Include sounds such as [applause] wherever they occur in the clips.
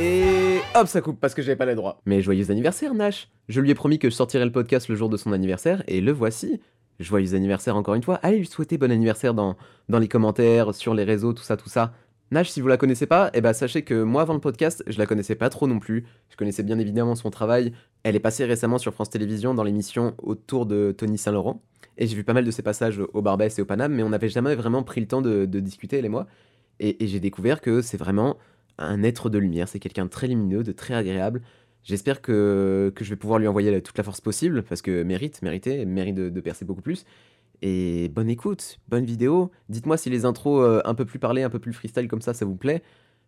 Et hop, ça coupe parce que j'avais pas les droits. Mais joyeux anniversaire, Nash Je lui ai promis que je sortirais le podcast le jour de son anniversaire, et le voici Joyeux anniversaire encore une fois. Allez lui souhaiter bon anniversaire dans, dans les commentaires, sur les réseaux, tout ça, tout ça. Nash, si vous la connaissez pas, eh ben sachez que moi, avant le podcast, je la connaissais pas trop non plus. Je connaissais bien évidemment son travail. Elle est passée récemment sur France Télévisions dans l'émission Autour de Tony Saint-Laurent. Et j'ai vu pas mal de ses passages au Barbès et au Paname, mais on n'avait jamais vraiment pris le temps de, de discuter, elle et moi. Et, et j'ai découvert que c'est vraiment un être de lumière. C'est quelqu'un de très lumineux, de très agréable. J'espère que, que je vais pouvoir lui envoyer la- toute la force possible, parce que mérite, mérité, mérite de, de percer beaucoup plus. Et bonne écoute, bonne vidéo. Dites-moi si les intros euh, un peu plus parlées, un peu plus freestyle comme ça, ça vous plaît.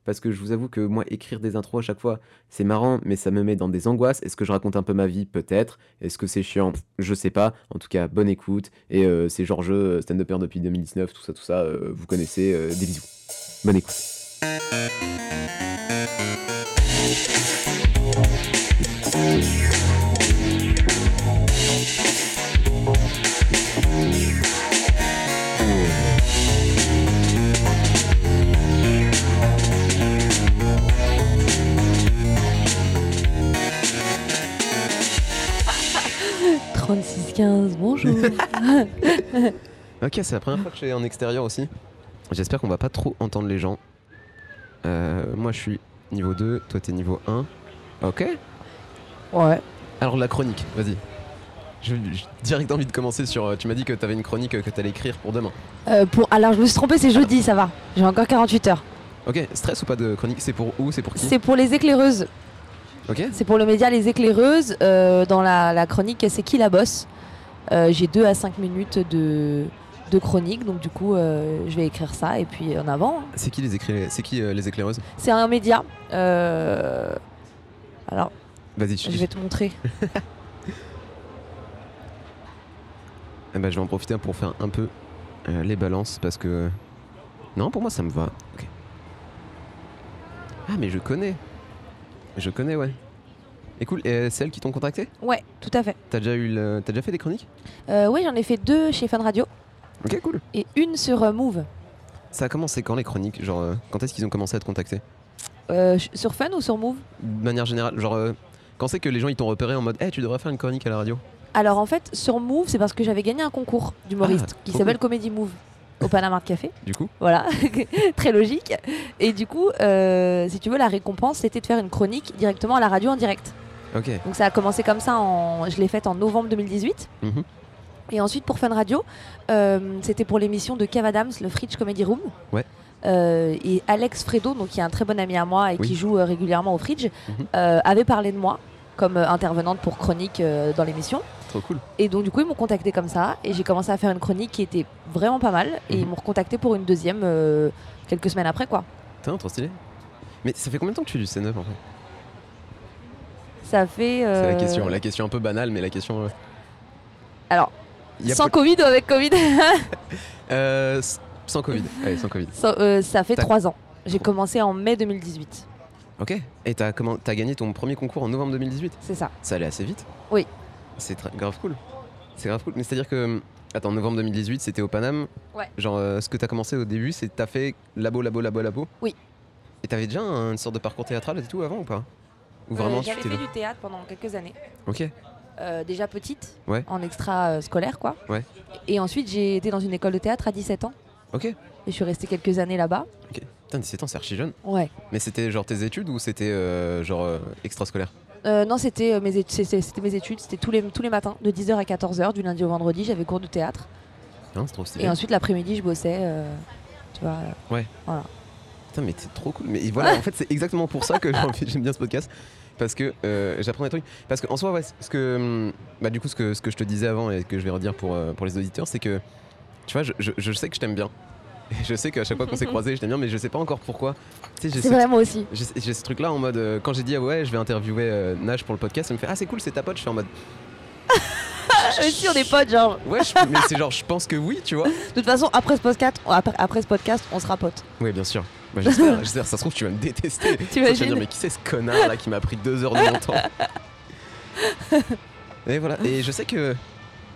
Parce que je vous avoue que moi, écrire des intros à chaque fois, c'est marrant, mais ça me met dans des angoisses. Est-ce que je raconte un peu ma vie Peut-être. Est-ce que c'est chiant Pff, Je sais pas. En tout cas, bonne écoute. Et euh, c'est Georges, euh, stand-upper depuis 2019, tout ça, tout ça, euh, vous connaissez. euh, des bisous. Bonne écoute. Nash. 3615, bonjour. Ok, c'est la première fois que je suis en extérieur aussi. J'espère qu'on va pas trop entendre les gens. Euh, moi, je suis niveau 2, toi, t'es niveau 1. Ok. ouais. Alors, la chronique, vas-y. Je- J'ai direct envie de commencer sur. euh, Tu m'as dit que t'avais une chronique euh, que t'allais écrire pour demain. Euh, pour... Alors, je me suis trompée, c'est jeudi, ça va. J'ai encore 48 heures. Ok, stress ou pas de chronique C'est pour où C'est pour qui C'est pour les éclaireuses. Ok. C'est pour le média Les Éclaireuses. euh, dans la, la chronique, c'est qui la bosse Euh, J'ai 2 à 5 minutes de, de chronique, donc du coup, euh, je vais écrire ça et puis en avant. hein. C'est qui les éclaireuses C'est qui euh, les éclaireuses C'est un média. euh, Alors, Vas-y, tu je vais te montrer. Eh ben, je vais en profiter pour faire un peu euh, les balances parce que. Non, pour moi ça me va. Ok. Ah, mais je connais. Je connais, ouais. Et cool, et euh, c'est elles qui t'ont contacté Ouais, tout à fait. T'as déjà, eu le... T'as déjà fait des chroniques Euh, oui, j'en ai fait deux chez Fun Radio Ok, cool. et une sur euh, Move. Ça a commencé quand les chroniques Genre, euh, quand est-ce qu'ils ont commencé à te contacter Euh, ch- sur Fun ou sur Move De manière générale, genre, euh, quand c'est que les gens ils t'ont repéré en mode Eh, tu devrais faire une chronique à la radio Alors en fait, sur Move, c'est parce que j'avais gagné un concours d'humoriste Ah, qui trop s'appelle Comedy Move au Panama Café. Du coup Voilà, [laughs] très logique. Et du coup, euh, si tu veux, la récompense, c'était de faire une chronique directement à la radio en direct. Ok. Donc ça a commencé comme ça, en... je l'ai faite en novembre 2018. Mhm. Et ensuite, pour Fun Radio, euh, c'était pour l'émission de Kev Adams, le Fridge Comedy Room. Ouais. Euh, et Alex Fredo, donc, qui est un très bon ami à moi et Oui. qui joue euh, régulièrement au Fridge, Mhm. euh, avait parlé de moi comme euh, intervenante pour chronique euh, dans l'émission. Trop cool. Et donc du coup ils m'ont contacté comme ça et j'ai commencé à faire une chronique qui était vraiment pas mal et ils Mhm. m'ont recontacté pour une deuxième euh, quelques semaines après quoi. Putain, trop stylé. Mais ça fait combien de temps que tu fais du stand-up en fait Ça fait euh, C'est la question. La question un peu banale, mais la question. euh, Alors, y a sans peu- Covid ou avec Covid [laughs] Euh, s- sans Covid. Allez, sans Covid. Sans- euh, ça fait T'as- trois ans. J'ai commencé en mai 2018. Ok. Et t'as comment t'as gagné ton premier concours en novembre 2018. C'est ça. Ça allait assez vite. Oui. C'est très- grave cool. C'est grave cool. Mais c'est à dire que attends, novembre 2018, c'était au Paname. Ouais. Genre euh, ce que t'as commencé au début, c'est que t'as fait labo, labo, labo, labo. Oui. Et t'avais déjà un- une sorte de parcours théâtral et tout avant ou pas Euh, Ou vraiment tu J'avais t'es. fait du théâtre pendant quelques années. Ok. Euh, déjà petite, Ouais. en extra euh, scolaire quoi. Ouais. Et ensuite j'ai été dans une école de théâtre à 17 ans Ok. et je suis restée quelques années là-bas. Putain, 17 ans, c'est archi jeune. Ouais. Mais c'était genre tes études ou c'était euh, genre euh, extrascolaire Euh, non, c'était euh, mes, étu- c'était- c'était mes études, c'était tous les, tous les matins, de 10h à 14h, du lundi au vendredi, j'avais cours de théâtre. Non, Hein, c'est trop Et stylé. ensuite, l'après-midi, je bossais. euh, tu vois, euh, Putain, mais t'es trop cool. Mais voilà, en fait, c'est exactement pour ça que j'ai envie- j'aime bien ce podcast. Parce que euh, j'apprends des trucs. Parce qu'en soi, ouais, ce que. hum, Bah, du coup, ce que, ce que je te disais avant et que je vais redire pour, euh, pour les auditeurs, c'est que. Tu vois, je, je- je sais que je t'aime bien. Et Je sais qu'à chaque fois qu'on s'est croisés, je t'aime bien, mais je sais pas encore pourquoi. Tu sais, j'ai c'est ce- vrai, moi aussi. j'ai ce- j'ai ce truc là en mode. euh, quand j'ai dit, ah ouais, je vais interviewer euh, Nash pour le podcast, elle me fait, ah, c'est cool, c'est ta pote. Je suis en mode, Eux [laughs] aussi, on est potes, genre. ouais, je- mais c'est genre, je pense que oui, [laughs] tu vois. De toute façon, après ce podcast, on, après, après ce podcast, on sera potes. Ouais, bien sûr. Bah, j'espère, j'espère, ça se trouve, tu vas me détester. Tu Je vais dire, mais qui c'est ce connard là qui m'a pris deux heures de mon [laughs] temps Et voilà, et je sais que.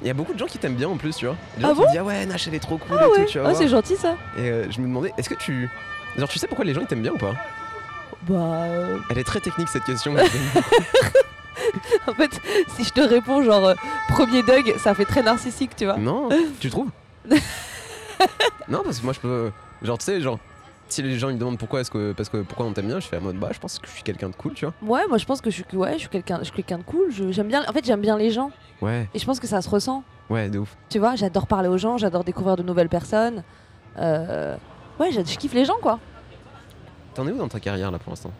Il y a beaucoup de gens qui t'aiment bien en plus, tu vois. Des gens Ah qui bon me disent, ah ouais, Ah, Nash, elle est trop cool et tout, tu vois. Oh, Ah, c'est gentil ça. et euh, je me demandais, est-ce que tu. Genre, tu sais pourquoi les gens ils t'aiment bien ou pas Bah. euh, [laughs] Elle est très technique cette question. [laughs] En fait, si je te réponds, genre, euh, premier dog, ça fait très narcissique, tu vois. non, tu [laughs] trouves Non, parce que moi je peux. Genre, tu sais, genre, si les gens ils me demandent pourquoi est-ce que, parce que pourquoi on t'aime bien, je fais en mode bah, je pense que je suis quelqu'un de cool, tu vois. Ouais, moi je pense que je suis, ouais, je suis quelqu'un je suis quelqu'un de cool. je- J'aime bien, en fait, j'aime bien les gens. Ouais, Et je pense que ça se ressent. ouais, de ouf. Tu vois, j'adore parler aux gens, j'adore découvrir de nouvelles personnes. Euh, Ouais, j'ad- je kiffe les gens, quoi. T'en es où dans ta carrière là pour l'instant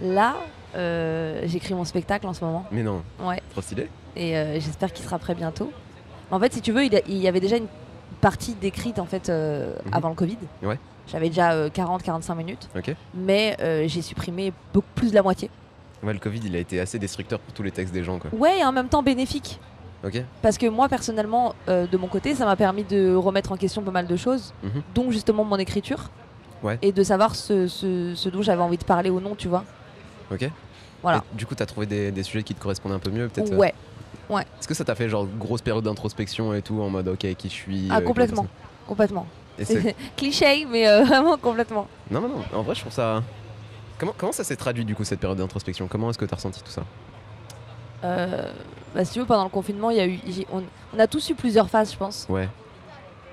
Là, euh, j'écris mon spectacle en ce moment. Mais non, Ouais. trop stylé. Et euh, j'espère qu'il sera prêt bientôt. En fait, si tu veux, il, a- il y avait déjà une partie décrite, en fait, euh, Mhm. avant le Covid. Ouais. J'avais déjà 40-45 minutes. Ok. Mais euh, j'ai supprimé beaucoup plus de la moitié. Ouais, le Covid il a été assez destructeur pour tous les textes des gens quoi. Ouais, et en même temps bénéfique. Ok Parce que moi, personnellement, euh, de mon côté, ça m'a permis de remettre en question pas mal de choses, Mhm. dont justement mon écriture. Ouais. Et de savoir ce, ce- ce dont j'avais envie de parler ou non, tu vois. Ok. Voilà. Et du coup, t'as trouvé des, des sujets qui te correspondaient un peu mieux, peut-être. euh, Ouais, Est-ce que ça t'a fait genre grosse période d'introspection et tout en mode ok qui je suis Ah, euh, quelle complètement. complètement. personne Et [laughs] c'est- Cliché, mais euh, [laughs] vraiment complètement. Non non non. En vrai, je trouve ça. Comment comment ça s'est traduit du coup cette période d'introspection Comment est-ce que t'as ressenti tout ça Euh, bah, si tu veux, pendant le confinement, il y a eu, j'ai- on, on a tous eu plusieurs phases, je pense. Ouais.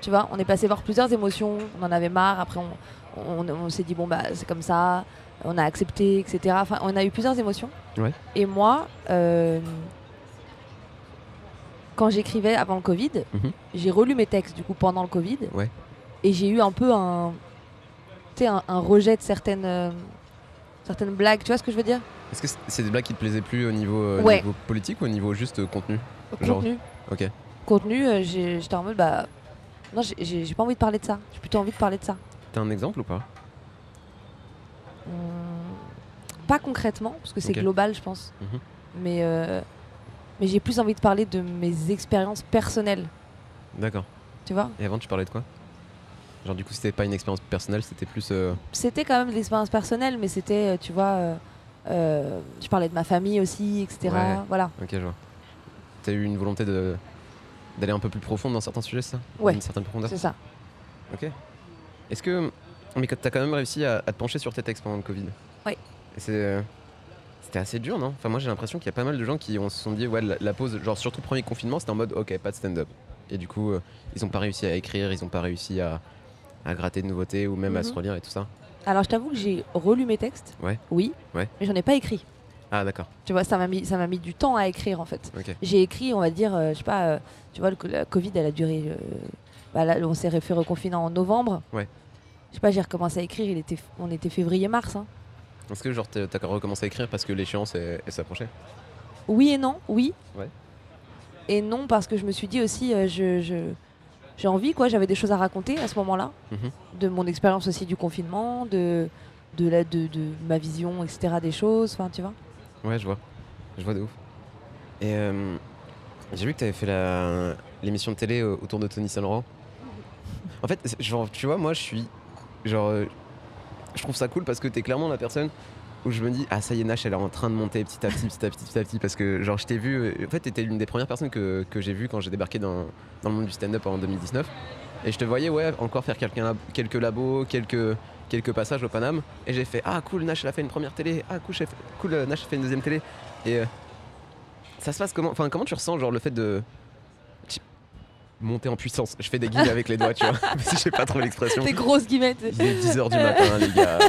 Tu vois, on est passé par plusieurs émotions, on en avait marre, après on, on- on s'est dit, bon, bah c'est comme ça, on a accepté, etc. Enfin, on a eu plusieurs émotions. Ouais. Et moi, euh, quand j'écrivais avant le Covid, Mhm. j'ai relu mes textes, du coup, pendant le Covid. Ouais. Et j'ai eu un peu un, tu sais, un, un rejet de certaines, euh, certaines blagues, tu vois ce que je veux dire Est-ce que c- c'est des blagues qui te plaisaient plus au niveau, euh, Ouais. niveau politique ou au niveau juste euh, contenu Genre- Contenu. Ok. Contenu, euh, j'ai- j'étais en mode, bah. Non, j'ai- j'ai j'ai pas envie de parler de ça. J'ai plutôt envie de parler de ça. T'as un exemple ou pas Hum, pas concrètement, parce que c'est Ok. global, je pense. Mhm. Mais, euh, mais j'ai plus envie de parler de mes expériences personnelles, D'accord. tu vois. Et avant, tu parlais de quoi Genre du coup, c'était pas une expérience personnelle, c'était plus. euh, C'était quand même des expériences personnelles, mais c'était, euh, tu vois, euh, euh, je parlais de ma famille aussi, etc. Ouais. Voilà. Ok, je vois. T'as eu une volonté de d'aller un peu plus profonde dans certains sujets, c'est ça Ouais. Une certaine profondeur. C'est ça. Est-ce que. Mais que t'as quand même réussi à, à te pencher sur tes textes pendant le Covid. Oui. Et c'est. euh, C'était assez dur, non Enfin, moi j'ai l'impression qu'il y a pas mal de gens qui ont, se sont dit, ouais, la, la pause, genre surtout le premier confinement, c'était en mode, ok, pas de stand-up. Et du coup, euh, ils ont pas réussi à écrire, ils ont pas réussi à, à gratter de nouveautés ou même à Mhm. se relire et tout ça. Alors, je t'avoue que j'ai relu mes textes. Ouais. Oui. Ouais. Mais j'en ai pas écrit. Ah, d'accord, Tu vois, ça m'a mis, ça m'a mis du temps à écrire en fait. ok. J'ai écrit, on va dire, euh, je sais pas, euh, tu vois, le co- la Covid, elle a duré. euh, bah là, on s'est ré- fait reconfiner en novembre. Ouais. Je sais pas, j'ai recommencé à écrire, il était, f- on était février-mars. hein. Est-ce que genre t'as t'as recommencé à écrire parce que l'échéance est- elle s'approchait Oui et non, oui. Ouais. Et non, parce que je me suis dit aussi, euh, je, je- j'ai envie, quoi, j'avais des choses à raconter à ce moment-là, Mhm. de mon expérience aussi du confinement, de, de, la, de, de ma vision, etc., des choses, enfin, tu vois. Ouais, je vois. Je vois de ouf. Et euh, j'ai vu que tu avais fait la- l'émission de télé euh, autour de Tony Saint Laurent. En fait, c'est- genre, tu vois, moi, je suis. Genre, euh, je trouve ça cool parce que t'es clairement la personne où je me dis, ah, ça y est, Nash, elle est en train de monter petit à petit, petit à petit, petit à petit. Parce que, genre, je t'ai vu. euh, En fait, t'étais l'une des premières personnes que, que j'ai vu quand j'ai débarqué dans, dans le monde du stand-up en 2019. Et je te voyais, ouais, encore faire quelqu'un lab- quelques labos, quelques, quelques passages au Paname. Et j'ai fait, ah, cool, Nash, elle a fait une première télé. Ah, cool, chef- cool euh, Nash a fait une deuxième télé. Et euh, ça se passe comment Enfin, comment tu ressens genre le fait de Tch- monter en puissance Je fais des guillemets avec les doigts, tu vois, [laughs] parce que j'ai pas trop l'expression. Des grosses guillemets. tu sais. Il est 10h du matin, les gars. [laughs]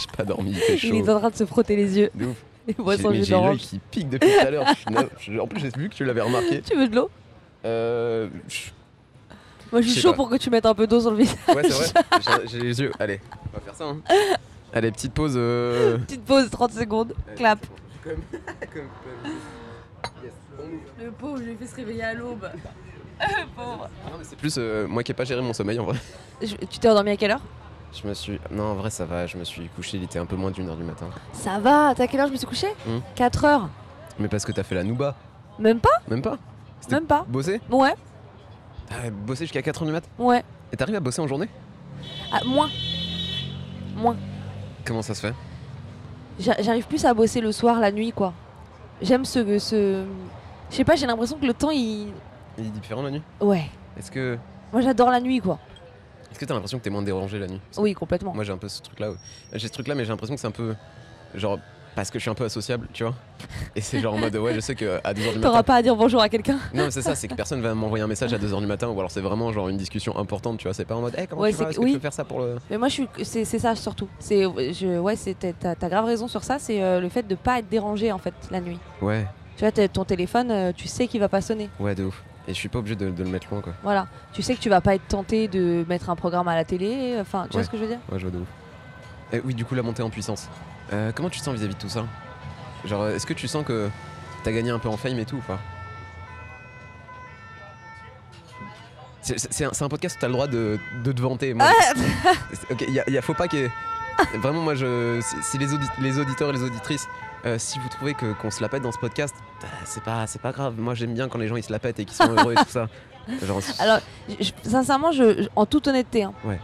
J'ai pas dormi, il fait Il chaud. est en train de se frotter les yeux. De ouf. Et boit J'ai- son mais jus j'ai l'œil d'orange. qui pique depuis tout à l'heure. Je suis na- je- En plus, j'ai vu que tu l'avais remarqué. Tu veux de l'eau Euh, je- Moi, je Je sais suis chaud pas. pour que tu mettes un peu d'eau sur le visage. Ouais, c'est vrai. J'ai- J'ai les yeux. Allez, on va faire ça. hein. Allez, petite pause. euh, Petite pause, 30 secondes. Clap. Comme- comme- comme- Yes. On ouvre. Le pauvre, je lui ai fait se réveiller à [laughs] l'aube. Euh, Non, mais c'est plus euh, moi qui ai pas géré mon sommeil en vrai. tu t'es endormi à quelle heure Je me suis. Non, en vrai, ça va. Je me suis couché, il était un peu moins d'une heure du matin. Ça va, t'as à quelle heure je me suis couchée Hmm. 4 heures. Mais parce que t'as fait la nouba. Même pas Même pas C'était- Même pas. Bosser Ouais, ah, ouais, Bosser jusqu'à 4h du mat ouais. Et t'arrives à bosser en journée Ah, moins. Moins. Comment ça se fait J'a- J'arrive plus à bosser le soir, la nuit, quoi. J'aime ce. ce... Je sais pas, j'ai l'impression que le temps, il. Il est différent la nuit Ouais. Est-ce que. Moi, j'adore la nuit, quoi. Est-ce que t'as l'impression que t'es moins dérangé la nuit Parce que Oui, complètement. Moi j'ai un peu ce truc là. J'ai ce truc là, mais j'ai l'impression que c'est un peu. Genre, parce que je suis un peu associable, tu vois. Et c'est genre en mode, ouais, je sais que à 2h du matin. T'auras pas à dire bonjour à quelqu'un Non, mais c'est ça, c'est que personne va m'envoyer un message à 2h du matin, ou alors c'est vraiment genre une discussion importante, tu vois. C'est pas en mode, hey, comment Ouais, tu vas c'est- Est-ce que oui. tu peux faire ça pour le. Mais moi, je suis, c'est, c'est ça surtout. C'est, je, ouais, c'est, t'as- t'as, t'as grave raison sur ça. C'est euh, le fait de pas être dérangé en fait la nuit. Ouais, Tu vois, t'as- ton téléphone, euh, tu sais qu'il va pas sonner. ouais, de ouf. Et je suis pas obligé de, de le mettre loin, quoi. Voilà. Tu sais que tu vas pas être tenté de mettre un programme à la télé. Enfin, tu Ouais. vois ce que je veux dire [laughs] Ouais, je vois de ouf. Et Eh oui, du coup, la montée en puissance. Euh, comment tu te sens vis-à-vis de tout ça Genre, euh, est-ce que tu sens que t'as gagné un peu en fame et tout ou pas C'est- C'est c'est un, c'est un podcast où t'as le droit de, de te vanter. Moi, Ah c'est- ok, y a, y a- faut pas que. Vraiment, moi, je. Si si les, audi- les auditeurs et les auditrices, euh, si vous trouvez que qu'on se la pète dans ce podcast, euh, c'est pas, c'est pas grave. Moi, j'aime bien quand les gens ils se la pètent et qu'ils sont heureux et tout ça. Genre, Alors, je- je- sincèrement, je, je- en toute honnêteté, hein, Ouais.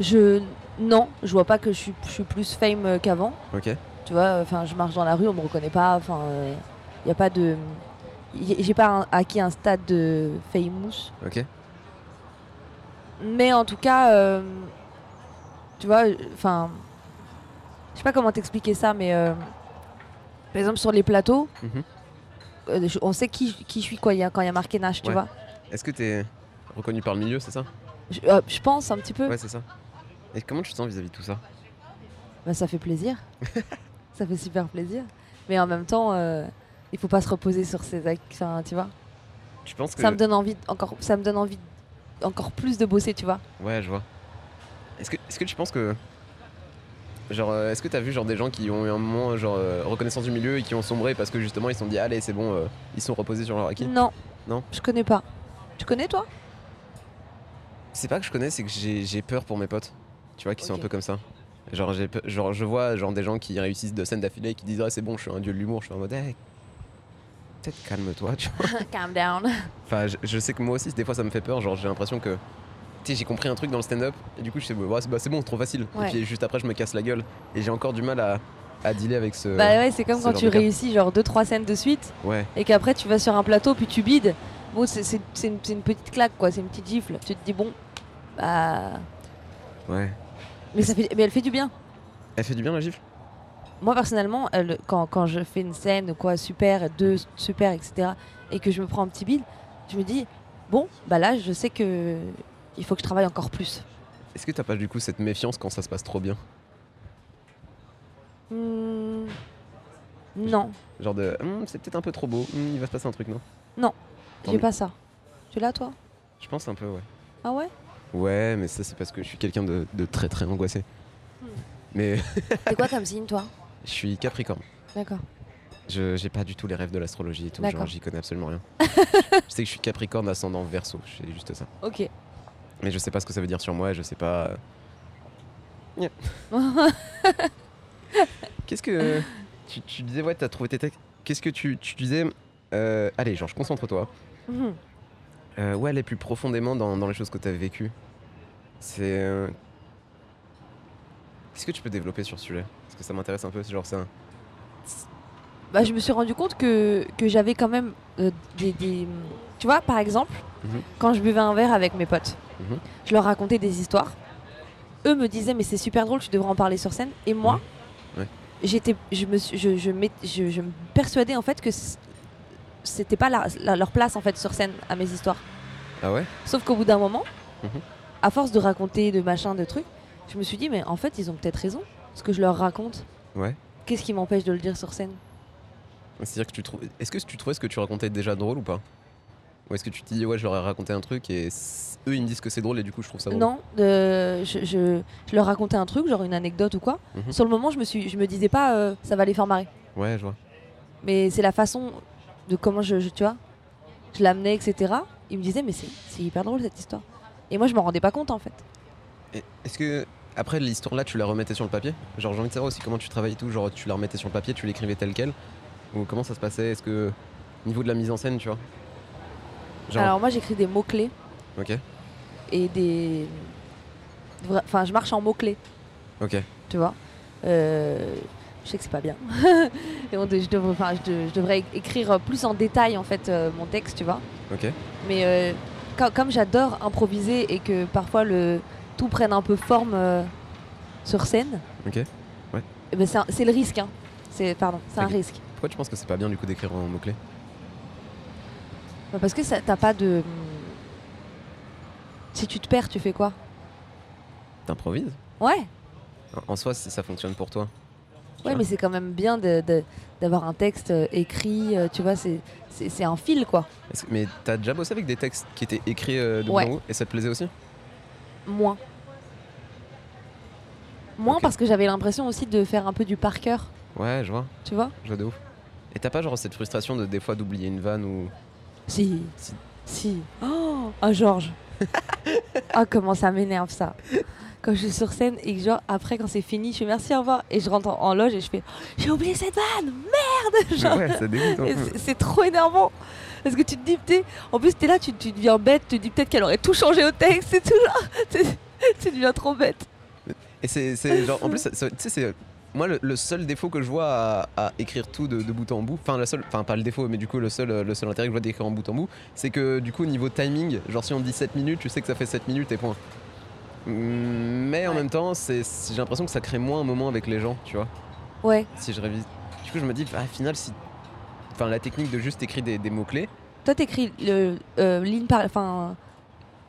je non, je vois pas que je suis, je suis plus fame euh, qu'avant. ok. Tu vois, euh, enfin, je marche dans la rue, on me reconnaît pas. Enfin, il y a pas de, y- j'ai pas un- acquis un stade de famous. Ok. Mais en tout cas, euh, tu vois, enfin, je sais pas comment t'expliquer ça, mais euh, par exemple sur les plateaux, Mhm. euh, je- on sait qui, qui je suis quoi, il y a- quand il y a marqué Nash, tu Ouais. vois. Est-ce que t'es reconnu par le milieu, c'est ça Je, euh, je pense un petit peu, Ouais, c'est ça. Et comment tu te sens vis-à-vis de tout ça Bah, ça [laughs] fait plaisir, ça fait super plaisir. Mais en même temps, euh, il faut pas se reposer sur ses actes, enfin, tu vois. Tu penses que. Ça me donne envie de- encore, ça me donne envie de- encore plus de bosser, tu vois. Ouais, je vois. Est-ce que, est-ce que tu penses que. Genre, euh, est-ce que t'as vu genre des gens qui ont eu un moment genre euh, reconnaissance du milieu et qui ont sombré parce que justement ils se sont dit allez c'est bon euh, ils sont reposés sur leur acquis Non, Non. je connais pas. Tu connais toi C'est pas que je connais, c'est que j'ai j'ai peur pour mes potes. Tu vois, qui sont un Ok. peu comme ça. Genre, j'ai pe- genre, je vois genre des gens qui réussissent de scènes d'affilée et qui disent ah c'est bon, je suis un dieu de l'humour. Je suis en mode Eh, peut-être calme-toi. Tu vois. [laughs] Calm down. Enfin, je, je sais que moi aussi des fois ça me fait peur. Genre, j'ai l'impression que tu sais, j'ai compris un truc dans le stand-up et du coup je sais bah, c'est bah, c'est bon, trop facile. Ouais. Et puis juste après je me casse la gueule et j'ai encore du mal à, à dealer avec ce. Bah ouais, c'est comme ce quand genre tu de cas. réussis genre deux trois scènes de suite. ouais. et qu'après tu vas sur un plateau puis tu bides, bon c'est- c'est c'est une, c'est une petite claque quoi, c'est une petite gifle. Tu te dis bon, bah, Ouais. mais ça fait, mais elle fait du bien. Elle fait du bien la gifle. Moi personnellement, elle- quand, quand je fais une scène ou quoi super, deux super etc et que je me prends un petit bide, je me dis bon bah là je sais que il faut que je travaille encore plus. Est-ce que t'as pas du coup cette méfiance quand ça se passe trop bien Hmm, non, Genre de Hum, c'est peut-être un peu trop beau. Hum, il va se passer un truc non Tant j'ai mieux. pas ça. Tu l'as toi Je pense un peu ouais. Ah ouais Ouais, mais ça c'est parce que je suis quelqu'un de, de très très angoissé. Hmm. Mais [laughs] C'est quoi comme signe toi je suis Capricorne. D'accord. Je j'ai pas du tout les rêves de l'astrologie et tout. Genre D'accord. j'y connais absolument [laughs] rien. je sais que je suis Capricorne ascendant Verseau. C'est juste ça. Ok. Mais je sais pas ce que ça veut dire sur moi. Je sais pas. euh. Nya. [laughs] Qu'est-ce que tu, tu disais ouais t'as trouvé tes textes. Qu'est-ce que tu, tu disais euh, Allez Georges, concentre-toi. Mhm. Euh, ouais, aller plus profondément dans, dans les choses que tu as vécues. C'est. euh, Qu'est-ce que tu peux développer sur ce sujet Parce que ça m'intéresse un peu, c'est genre ça. bah, je me suis rendu compte que, que j'avais quand même euh, des, des- Tu vois, par exemple, Mhm. quand je buvais un verre avec mes potes, Mhm. je leur racontais des histoires. Eux me disaient, mais c'est super drôle, tu devrais en parler sur scène. Et moi, Mhm. Ouais. j'étais, je, me, suis- je, je, m'ét- je, je me persuadais en fait que c- c'était pas la- la- leur place en fait sur scène à mes histoires. Ah ouais Sauf qu'au bout d'un moment, Mhm. à force de raconter de machin, de trucs, je me suis dit, mais en fait, ils ont peut-être raison. Ce que je leur raconte, Ouais. qu'est-ce qui m'empêche de le dire sur scène C'est-à-dire que tu trouves. Est-ce que tu trouvais ce que tu racontais déjà drôle ou pas Ou est-ce que tu te dis, ouais, je leur ai raconté un truc et c- eux ils me disent que c'est drôle et du coup je trouve ça drôle Non, euh, je, je- je leur racontais un truc, genre une anecdote ou quoi. Mhm. Sur le moment, je me, suis, je me disais pas euh, ça va les faire marrer. Ouais, je vois. Mais c'est la façon de comment je, je- tu vois, je l'amenais, etc. Ils me disaient, mais c'est c'est hyper drôle cette histoire. Et moi, je m'en rendais pas compte en fait. Et Est-ce que. Après l'histoire là, tu la remettais sur le papier Genre, j'ai envie de savoir aussi comment tu travailles et tout. Genre, tu la remettais sur le papier, tu l'écrivais telle quelle Ou comment ça se passait Est-ce que. Niveau de la mise en scène, tu vois Genre. Alors moi, j'écris des mots-clés Ok, et des. vra- Enfin, je marche en mots-clés, ok. tu vois. Euh, je sais que c'est pas bien. [laughs] Et on de- je, devrais, enfin, je de- je devrais écrire plus en détail en fait euh, mon texte, tu vois. Ok. Mais euh, co- comme j'adore improviser et que parfois le, tout prenne un peu forme euh, sur scène. Ok, ouais. Eh ben, c'est un- c'est le risque. hein. C'est pardon, c'est un Ok. risque. Pourquoi tu penses que c'est pas bien du coup d'écrire en mots-clés Bah, Parce que ça- t'as pas de. Si tu te perds, tu fais quoi T'improvises Ouais. En- En soi, si ça fonctionne pour toi. Ouais, Tiens. mais c'est quand même bien de- de- d'avoir un texte euh, écrit. euh, tu vois, c'est c'est c'est un fil quoi. Est-ce que- mais t'as déjà bossé avec des textes qui étaient écrits euh, de bout Ouais. en bout et ça te plaisait aussi Moins. Moins Ok. parce que j'avais l'impression aussi de faire un peu du par cœur, Ouais, je vois, tu vois je vois de ouf. Et t'as pas genre cette frustration de des fois d'oublier une vanne [laughs] ou Si. Si. Si. Oh, ah, [laughs] Georges. Ah, comment ça m'énerve ça. Quand je suis sur scène et que, genre, après, quand c'est fini, je fais merci, au revoir. Et je rentre en, en loge et je fais j'ai oublié cette vanne, [laughs] merde Genre, Ouais, ça dégoûte un et peu. c'est- C'est trop énervant. Parce que tu te dis, t'es- en plus, t'es là, tu, tu deviens bête, tu te dis peut-être qu'elle aurait tout changé au texte et tout. Genre, [laughs] tu, tu deviens trop bête. Et c'est- c'est genre, en plus, ça- ça- tu sais, c'est. Moi, le, le seul défaut que je vois à, à écrire tout de, de bout en bout, enfin, la seule, enfin, pas le défaut, mais du coup, le seul, euh, le seul intérêt que je vois d'écrire en bout en bout, c'est que du coup, niveau timing, genre, si on me dit 7 minutes, tu sais que ça fait 7 minutes et point. Mm, Mais en Ouais. même temps, c'est- j'ai l'impression que ça crée moins un moment avec les gens, tu vois, Ouais. si je révise. Du coup, je me dis, bah, au final, si. Enfin, la technique de juste écrire des, des mots-clés, Toi, t'écris le euh, ligne par. Enfin.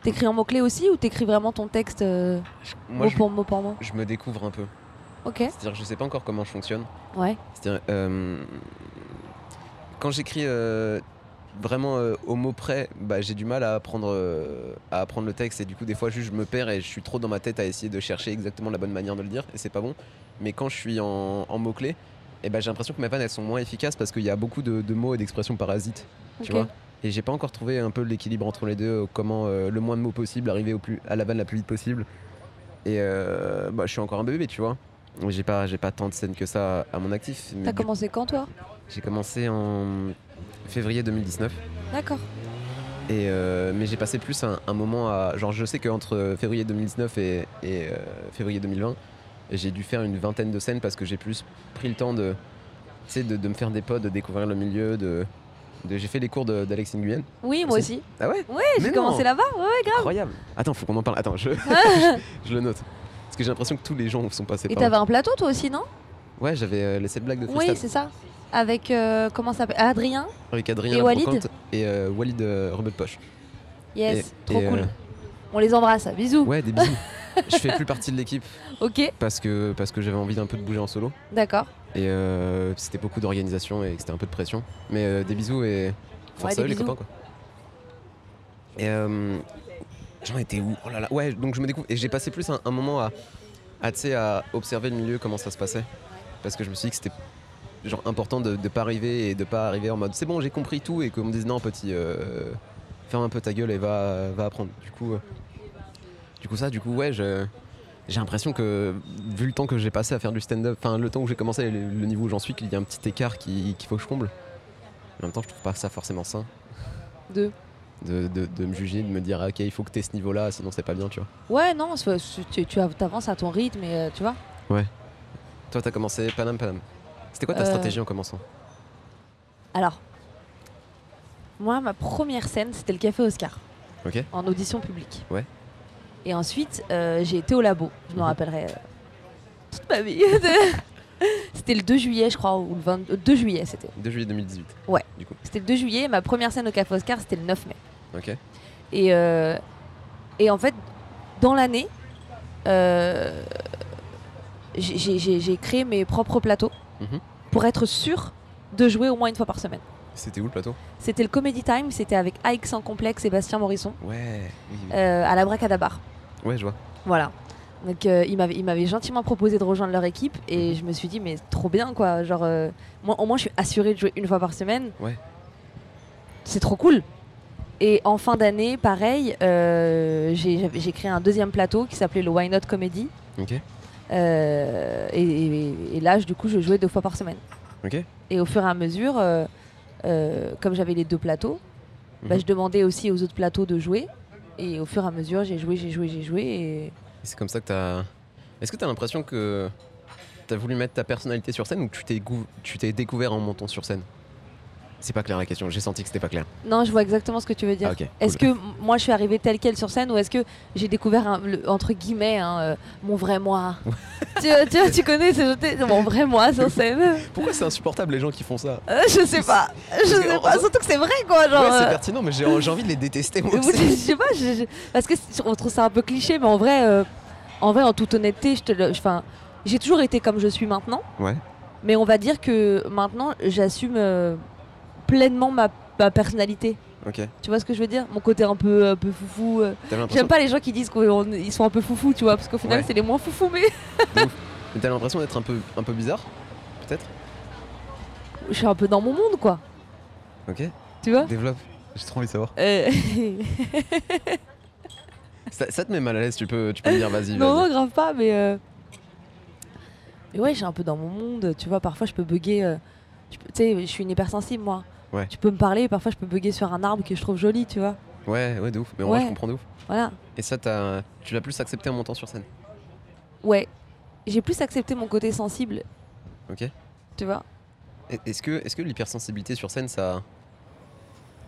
T'écris en mots-clés aussi ou t'écris vraiment ton texte euh, moi, mot je, pour mot pour mot je me découvre un peu. Ok. C'est-à-dire, que je sais pas encore comment je fonctionne. Ouais. C'est-à-dire, euh, quand j'écris euh, vraiment euh, au mot près, bah, j'ai du mal à apprendre, euh, à apprendre le texte et du coup des fois juste je me perds et je suis trop dans ma tête à essayer de chercher exactement la bonne manière de le dire et c'est pas bon. Mais quand je suis en, en mots-clés, eh ben, j'ai l'impression que mes vannes elles sont moins efficaces parce qu'il y a beaucoup de, de mots et d'expressions parasites, tu ok. vois. Et j'ai pas encore trouvé un peu l'équilibre entre les deux, euh, comment euh, le moins de mots possible, arriver au plus, à la vanne la plus vite possible. Et euh, bah, je suis encore un bébé, tu vois. J'ai pas, j'ai pas tant de scènes que ça à- à mon actif. mais T'as du commencé quand toi j'ai commencé en février 2019, D'accord. et euh, mais j'ai passé plus un, un moment à. Genre, je sais qu'entre euh, février 2019 et, et, euh, février 2020, j'ai dû faire une vingtaine de scènes parce que j'ai plus pris le temps de, tu sais, de, de me faire des potes, de découvrir le milieu. De, de- j'ai fait les cours de- d'Alex Nguyen. Oui, moi aussi. Ah ouais Ouais, Mais j'ai non. commencé là-bas. Ouais, ouais, grave. Incroyable Attends, faut qu'on en parle. Attends, [laughs] je, [laughs] je le note. Parce que j'ai l'impression que tous les gens sont passés Et par là. t'avais un plateau toi aussi, non Ouais, j'avais euh, les 7 blagues de Oui, freestyle c'est ça. Avec euh, comment ça s'appelle Adrien. avec Adrien Et Walid Labrocante et euh, Walid euh, Rebeu de Poche. Yes, Et- trop et, cool. euh, On les embrasse. Bisous. Ouais, des [laughs] bisous. je fais plus partie de l'équipe. Ok. parce que, parce que j'avais envie d'un peu de bouger en solo. D'accord. Et euh, c'était beaucoup d'organisation et c'était un peu de pression. Mais euh, des bisous et force Ouais, des à eux, les bisous. copains quoi. Et euh, j'en étais où Oh là là, ouais, donc je me découvre. Et j'ai passé plus un, un moment à, à, tu sais, à observer le milieu, comment ça se passait. Parce que je me suis dit que c'était genre important de, de pas arriver et de pas arriver en mode c'est bon, j'ai compris tout et qu'on me dise non, petit, euh, ferme un peu ta gueule et va, va apprendre. Du coup, euh, du coup, ça, du coup, ouais, je. J'ai l'impression que, vu le temps que j'ai passé à faire du stand-up, enfin le temps où j'ai commencé et le, le niveau où j'en suis, qu'il y a un petit écart qui- qu'il faut que je comble. En même temps, je trouve pas ça forcément sain Deux. de, de- de me juger, de me dire ah, ok, il faut que t'aies ce niveau-là, sinon c'est pas bien, tu vois. Ouais, non, c'est- c'est- tu, tu av- t'avances à ton rythme et euh, tu vois. Toi, t'as commencé Panam Panam. C'était quoi ta Euh. stratégie en commençant Alors, moi, ma première scène, c'était le Café Oscar. Ok. En audition publique. Ouais. Et ensuite, euh, j'ai été au labo. Je m'en Mhm. rappellerai euh, toute ma vie. [laughs] c'était le 2 juillet, je crois, ou le 20 euh, 2 juillet, c'était. 2 juillet 2018. C'était le 2 juillet. et Ma première scène au Café Oscar, c'était le 9 mai. Ok. Et, euh, et en fait, dans l'année, euh, j'ai- j'ai j'ai- j'ai créé mes propres plateaux Mhm. pour être sûr de jouer au moins une fois par semaine. C'était où le plateau C'était le Comedy Time, c'était avec Ike sans complexe et Bastien Morisson Ouais. oui, oui. euh, à la Bracadabar. Euh. Ouais, je vois. Voilà. Donc euh, ils m'avaient- ils m'avaient gentiment proposé de rejoindre leur équipe et Mhm. je me suis dit mais trop bien quoi. Genre euh, moi, au moins je suis assurée de jouer une fois par semaine. Ouais. C'est trop cool. Et en fin d'année, pareil, euh, j'ai j'avais- j'ai créé un deuxième plateau qui s'appelait le Why Not Comedy. Ok. Euh, et, et- et là, je- du coup, je jouais deux fois par semaine. Ok. Et au fur et à mesure, euh, euh, comme j'avais les deux plateaux, bah, Mhm. je demandais aussi aux autres plateaux de jouer. Et au fur et à mesure, j'ai joué, j'ai joué, j'ai joué. Et... Et c'est comme ça que t'as. Est-ce que t'as l'impression que t'as voulu mettre ta personnalité sur scène ou que tu t'es gou- tu t'es découvert en montant sur scène C'est pas clair la question, j'ai senti que c'était pas clair. Non, je vois exactement ce que tu veux dire. Ah, ok. cool. Est-ce que m- moi je suis arrivée telle quelle sur scène ou est-ce que j'ai découvert un- le- entre guillemets hein, euh, mon vrai moi tu, tu, tu connais ce jeté mon vrai moi sur scène Pourquoi c'est insupportable les gens qui font ça Euh, Je sais pas, je Parce que sais en- pas. Surtout que c'est vrai quoi, genre. Ouais, c'est euh, pertinent, mais j'ai j'ai envie de les détester moi Au bout de- aussi. je sais pas, je- je- parce que c'est- on trouve ça un peu cliché, mais en vrai, euh, en vrai, en toute honnêteté, je te le- enfin, j'ai toujours été comme je suis maintenant. Ouais. Mais on va dire que maintenant, j'assume euh, pleinement ma, ma personnalité. Ok, Tu vois ce que je veux dire Mon côté un peu, un peu foufou. euh. t'as l'impression J'aime pas les gens qui disent qu'ils sont un peu foufou, tu vois, parce qu'au final, Ouais. c'est les moins foufou. Mais [laughs] mais t'as l'impression d'être un peu, un peu bizarre Peut-être je suis un peu dans mon monde, quoi. Ok, Tu vois développe. J'ai trop envie de savoir. Euh, [laughs] Ça, ça te met mal à l'aise, tu peux, tu peux me dire vas-y. [laughs] Non, vas-y. non, grave pas, mais. euh, Mais ouais, je suis un peu dans mon monde, tu vois. Parfois, je peux bugger. euh, je peux- Tu sais, je suis une hypersensible, moi. Ouais. Tu peux me parler, parfois, je peux bugger sur un arbre que je trouve joli, tu vois. Ouais, ouais, de ouf. Mais en vrai, Ouais. je comprends de ouf. Voilà. Et ça, t'as- tu l'as plus accepté en montant sur scène. Ouais. J'ai plus accepté mon côté sensible. Ok. Tu vois Et- Est-ce que, est que l'hypersensibilité sur scène, ça.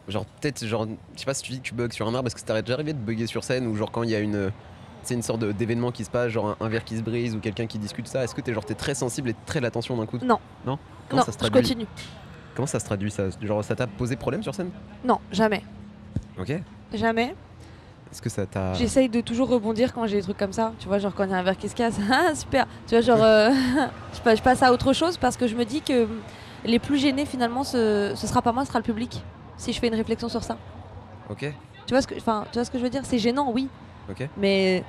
Genre, peut-être, genre, je sais pas si tu dis que tu bugs sur un arbre, est-ce que ça t'arrête déjà arrivé de bugger sur scène ou genre quand il y a une. C'est une sorte de- d'événement qui se passe, genre un, un verre qui se brise ou quelqu'un qui discute ça. Est-ce que t'es genre t'es très sensible et très l'attention d'un coup Non. Non Comment Non, ça se je traduit continue. Comment ça se traduit ça Genre ça t'a posé problème sur scène Non, jamais. Ok. Est-ce Jamais. que ça t'a. J'essaye de toujours rebondir quand j'ai des trucs comme ça. Tu vois, genre quand il y a un verre qui se casse, [laughs] ah, super. Tu vois, genre, euh, [laughs] je pa- je passe à autre chose parce que je me dis que les plus gênés, finalement, ce, ce sera pas moi, ce sera le public. Si je fais une réflexion sur ça. Ok. Tu vois ce que, enfin, tu vois ce que je veux dire C'est gênant, oui. Ok. Mais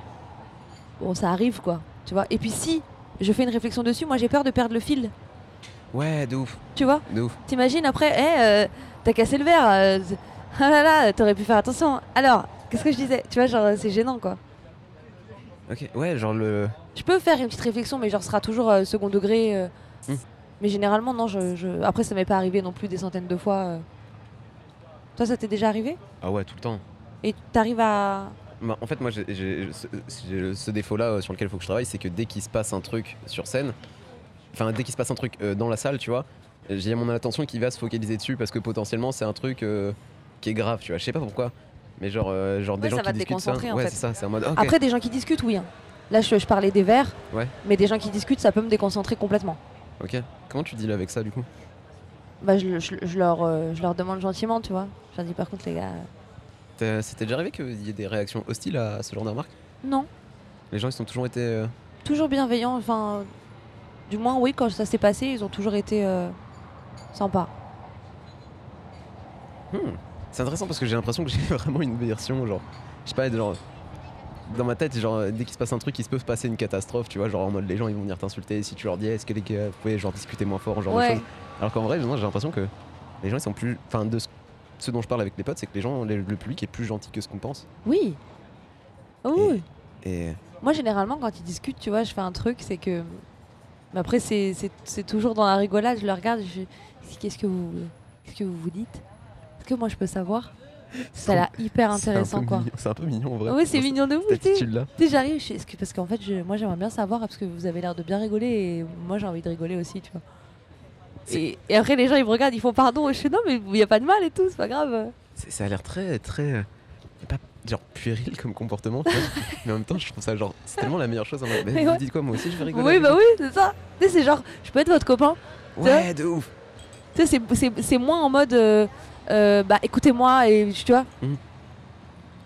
bon, ça arrive, quoi. Tu vois. Et puis si je fais une réflexion dessus, moi j'ai peur de perdre le fil. Ouais, de ouf, Tu vois de ouf. T'imagines après, hé, euh, t'as cassé le verre. euh, z- [laughs] ah là là, t'aurais pu faire attention. Alors, qu'est-ce que je disais Tu vois, genre, euh, c'est gênant, quoi. Ok. Ouais, genre le. Je peux faire une petite réflexion, mais genre, ce sera toujours euh, second degré. euh. Mm. Mais généralement, non. Je, je- Après, ça m'est pas arrivé non plus des centaines de fois. euh. Toi, ça t'est déjà arrivé Ah ouais, tout le temps. Et t'arrives à. Bah, en fait, moi, j'ai- j'ai ce, j'ai ce défaut-là euh, sur lequel il faut que je travaille, c'est que dès qu'il se passe un truc sur scène, enfin, dès qu'il se passe un truc euh, dans la salle, tu vois, j'ai mon attention qui va se focaliser dessus parce que potentiellement, c'est un truc euh, qui est grave, tu vois. Je sais pas pourquoi, mais genre, euh, genre Ouais, des gens ça va qui te discutent ça. déconcentrer, en ouais, fait. c'est ça, c'est en mode. ok. Après, des gens qui discutent, oui. hein. Là, je, je parlais des verres, Ouais. mais des gens qui discutent, ça peut me déconcentrer complètement. Ok. Comment tu deals avec ça, du coup Bah, je, je- je leur, euh, je leur demande gentiment, tu vois. Je leur dis, par contre, les gars, euh, T'as- C'était déjà arrivé qu'il y ait des réactions hostiles à ce genre de remarques non. Les gens, ils ont toujours été. euh, Toujours bienveillant, enfin, euh, du moins, oui, quand ça s'est passé, ils ont toujours été euh, sympas. Hmm. C'est intéressant parce que j'ai l'impression que j'ai [laughs] vraiment une version, genre, je sais pas, de genre, dans ma tête, genre, dès qu'il se passe un truc, il se peut se passer une catastrophe, tu vois, genre en mode les gens ils vont venir t'insulter si tu leur dis est-ce que les gars, vous pouvez genre discuter moins fort, genre de Ouais. choses. Alors qu'en vrai, non, j'ai l'impression que les gens ils sont plus. Enfin, de ce, ce dont je parle avec les potes, c'est que les gens, les- le public est plus gentil que ce qu'on pense. Oui. Ah oui, Et- oui. Et. Moi, généralement, quand ils discutent, tu vois, je fais un truc, c'est que. Mais après, c'est- c'est c'est toujours dans la rigolade, je le regarde, je Qu'est-ce que vous. Qu'est-ce que vous vous dites Est-ce que moi, je peux savoir Ça a l'air hyper c'est un peu intéressant, quoi. mignon- C'est un peu mignon en vrai. Oui, c'est Dans mignon de vous, Cette tu sais. attitude-là. Tu sais, j'arrive, je suis- est-ce que- parce qu'en fait, je- moi j'aimerais bien savoir, parce que vous avez l'air de bien rigoler, et moi j'ai envie de rigoler aussi, tu vois. C'est- Et, et après, les gens ils me regardent, ils font pardon, et je fais non, mais il n'y a pas de mal et tout, c'est pas grave. C'est- Ça a l'air très, très. euh, Pas, genre puéril comme comportement, tu vois. [laughs] mais en même temps, je trouve ça genre. C'est tellement la meilleure chose. En mode, mais Mais vous ouais. dites quoi, moi aussi je vais rigoler. Oui, avec bah oui, c'est ça. Tu sais, c'est genre, je peux être votre copain. vous. Ouais, de ouf. Tu sais, c'est- c'est- c'est moins en mode, euh, euh, bah écoutez-moi, et tu vois. Mhm.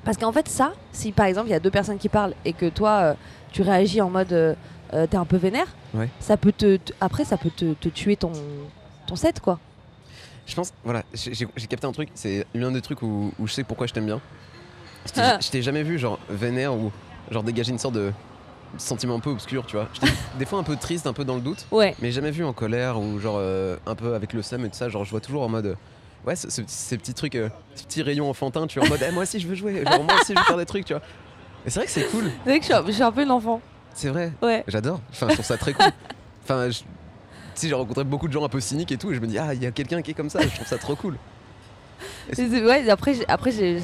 Parce qu'en fait, ça, si par exemple il y a deux personnes qui parlent et que toi euh, tu réagis en mode euh, euh, t'es un peu vénère, Ouais. ça peut te, te- après ça peut te, te tuer ton, ton set quoi. Je pense, voilà, j'ai j'ai- j'ai capté un truc, c'est l'un des trucs où, où je sais pourquoi je t'aime bien. Je t'ai- Ah. Je t'ai jamais vu genre vénère ou genre dégager une sorte de sentiment un peu obscur, tu vois. Je t'ai- des fois un peu triste, un peu dans le doute, Ouais. mais jamais vu en colère ou genre euh, un peu avec le seum et tout ça. Genre je vois toujours en mode, euh, ouais, ce- ce- ces petits trucs, euh, ces petits rayons enfantins, tu vois, en mode, Eh, moi aussi je veux jouer, genre moi aussi je veux faire des trucs, tu vois. Et c'est vrai que c'est cool, C'est vrai que je suis un- je suis un peu une enfant. c'est vrai, Ouais. J'adore. Enfin, je trouve ça très cool. Enfin, je- tu sais, j'ai rencontré beaucoup de gens un peu cyniques et tout, et je me dis, ah, il y a quelqu'un qui est comme ça, je trouve ça trop cool. C'est- c'est- ouais, après, j'ai- après j'ai-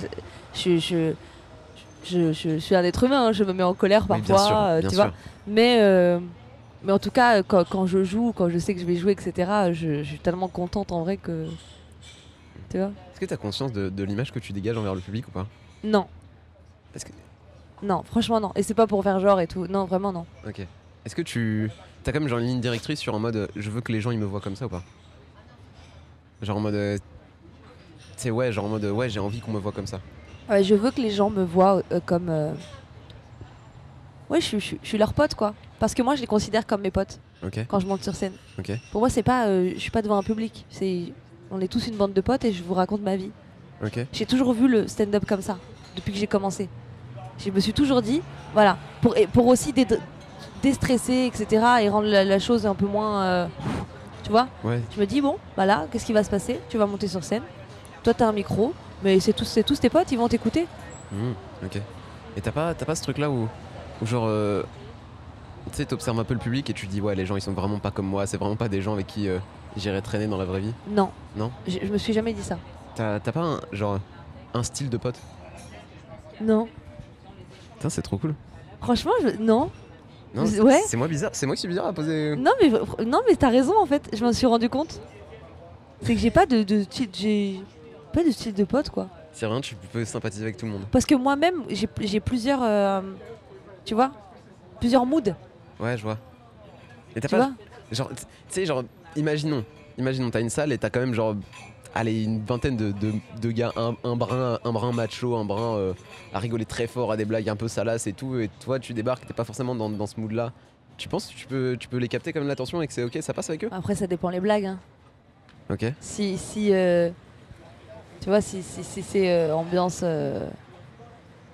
je, je, je, je- je suis un être humain, hein, je me mets en colère Oui, parfois, bien sûr, euh, bien tu sûr. vois. Mais, euh, mais en tout cas, euh, quand, quand je joue, quand je sais que je vais jouer, etc., je, je suis tellement contente en vrai que tu vois. Est-ce que t'as conscience de, de l'image que tu dégages envers le public ou pas Non, Parce que, non, franchement non. Et c'est pas pour faire genre et tout. Non, vraiment non. ok. Est-ce que tu, t'as quand même genre une ligne directrice sur en mode, euh, je veux que les gens ils me voient comme ça ou pas Genre en mode, euh, tu sais ouais, genre en mode, euh, ouais, j'ai envie qu'on me voit comme ça. Ouais, je veux que les gens me voient euh, comme. euh, Ouais, je, suis- je suis- je suis leur pote quoi. Parce que moi, je les considère comme mes potes Ok. quand je monte sur scène. Ok. Pour moi, c'est pas, euh, je suis pas devant un public. C'est, on est tous une bande de potes et je vous raconte ma vie. Ok. J'ai toujours vu le stand-up comme ça, depuis que j'ai commencé. Je me suis toujours dit, voilà, pour, et pour aussi dé- déstresser, etc., et rendre la, la chose un peu moins. euh, tu vois Ouais. Je me dis, bon, voilà, qu'est-ce qui va se passer Tu vas monter sur scène, toi t'as un micro, mais c'est tous, c'est tous tes potes, ils vont t'écouter. Mmh, ok. Et t'as pas, t'as pas ce truc là où, où genre. euh, tu sais, t'observes un peu le public et tu te dis, ouais, les gens ils sont vraiment pas comme moi, c'est vraiment pas des gens avec qui euh, j'irais traîner dans la vraie vie. Non. Non. Je, je me suis jamais dit ça. T'as t'as pas un, genre, un style de pote Non. Putain, c'est trop cool. Franchement, je- non. Non, Z- ouais. C'est moi bizarre, c'est moi qui suis bizarre à poser. Non, mais, v- non, mais t'as raison en fait, je m'en suis rendu compte. C'est que j'ai pas de, de, style- j'ai pas de style de pote quoi. C'est rien, tu peux sympathiser avec tout le monde. Parce que moi-même, j'ai j'ai plusieurs. euh, tu vois Plusieurs moods. Ouais, je vois. Et t'as Tu pas. vois Genre, tu sais, genre, imaginons, imaginons, t'as une salle et t'as quand même genre, allez, une vingtaine de, de, de gars, un, un brin, un brin macho, un brin euh, à rigoler très fort, à des blagues un peu salaces et tout, et toi, tu débarques, t'es pas forcément dans, dans ce mood-là. Tu penses que tu peux, tu peux les capter comme l'attention et que c'est ok, ça passe avec eux Après, ça dépend les blagues. hein. Ok. Si. si euh, tu vois, si, si, si c'est euh, ambiance. euh,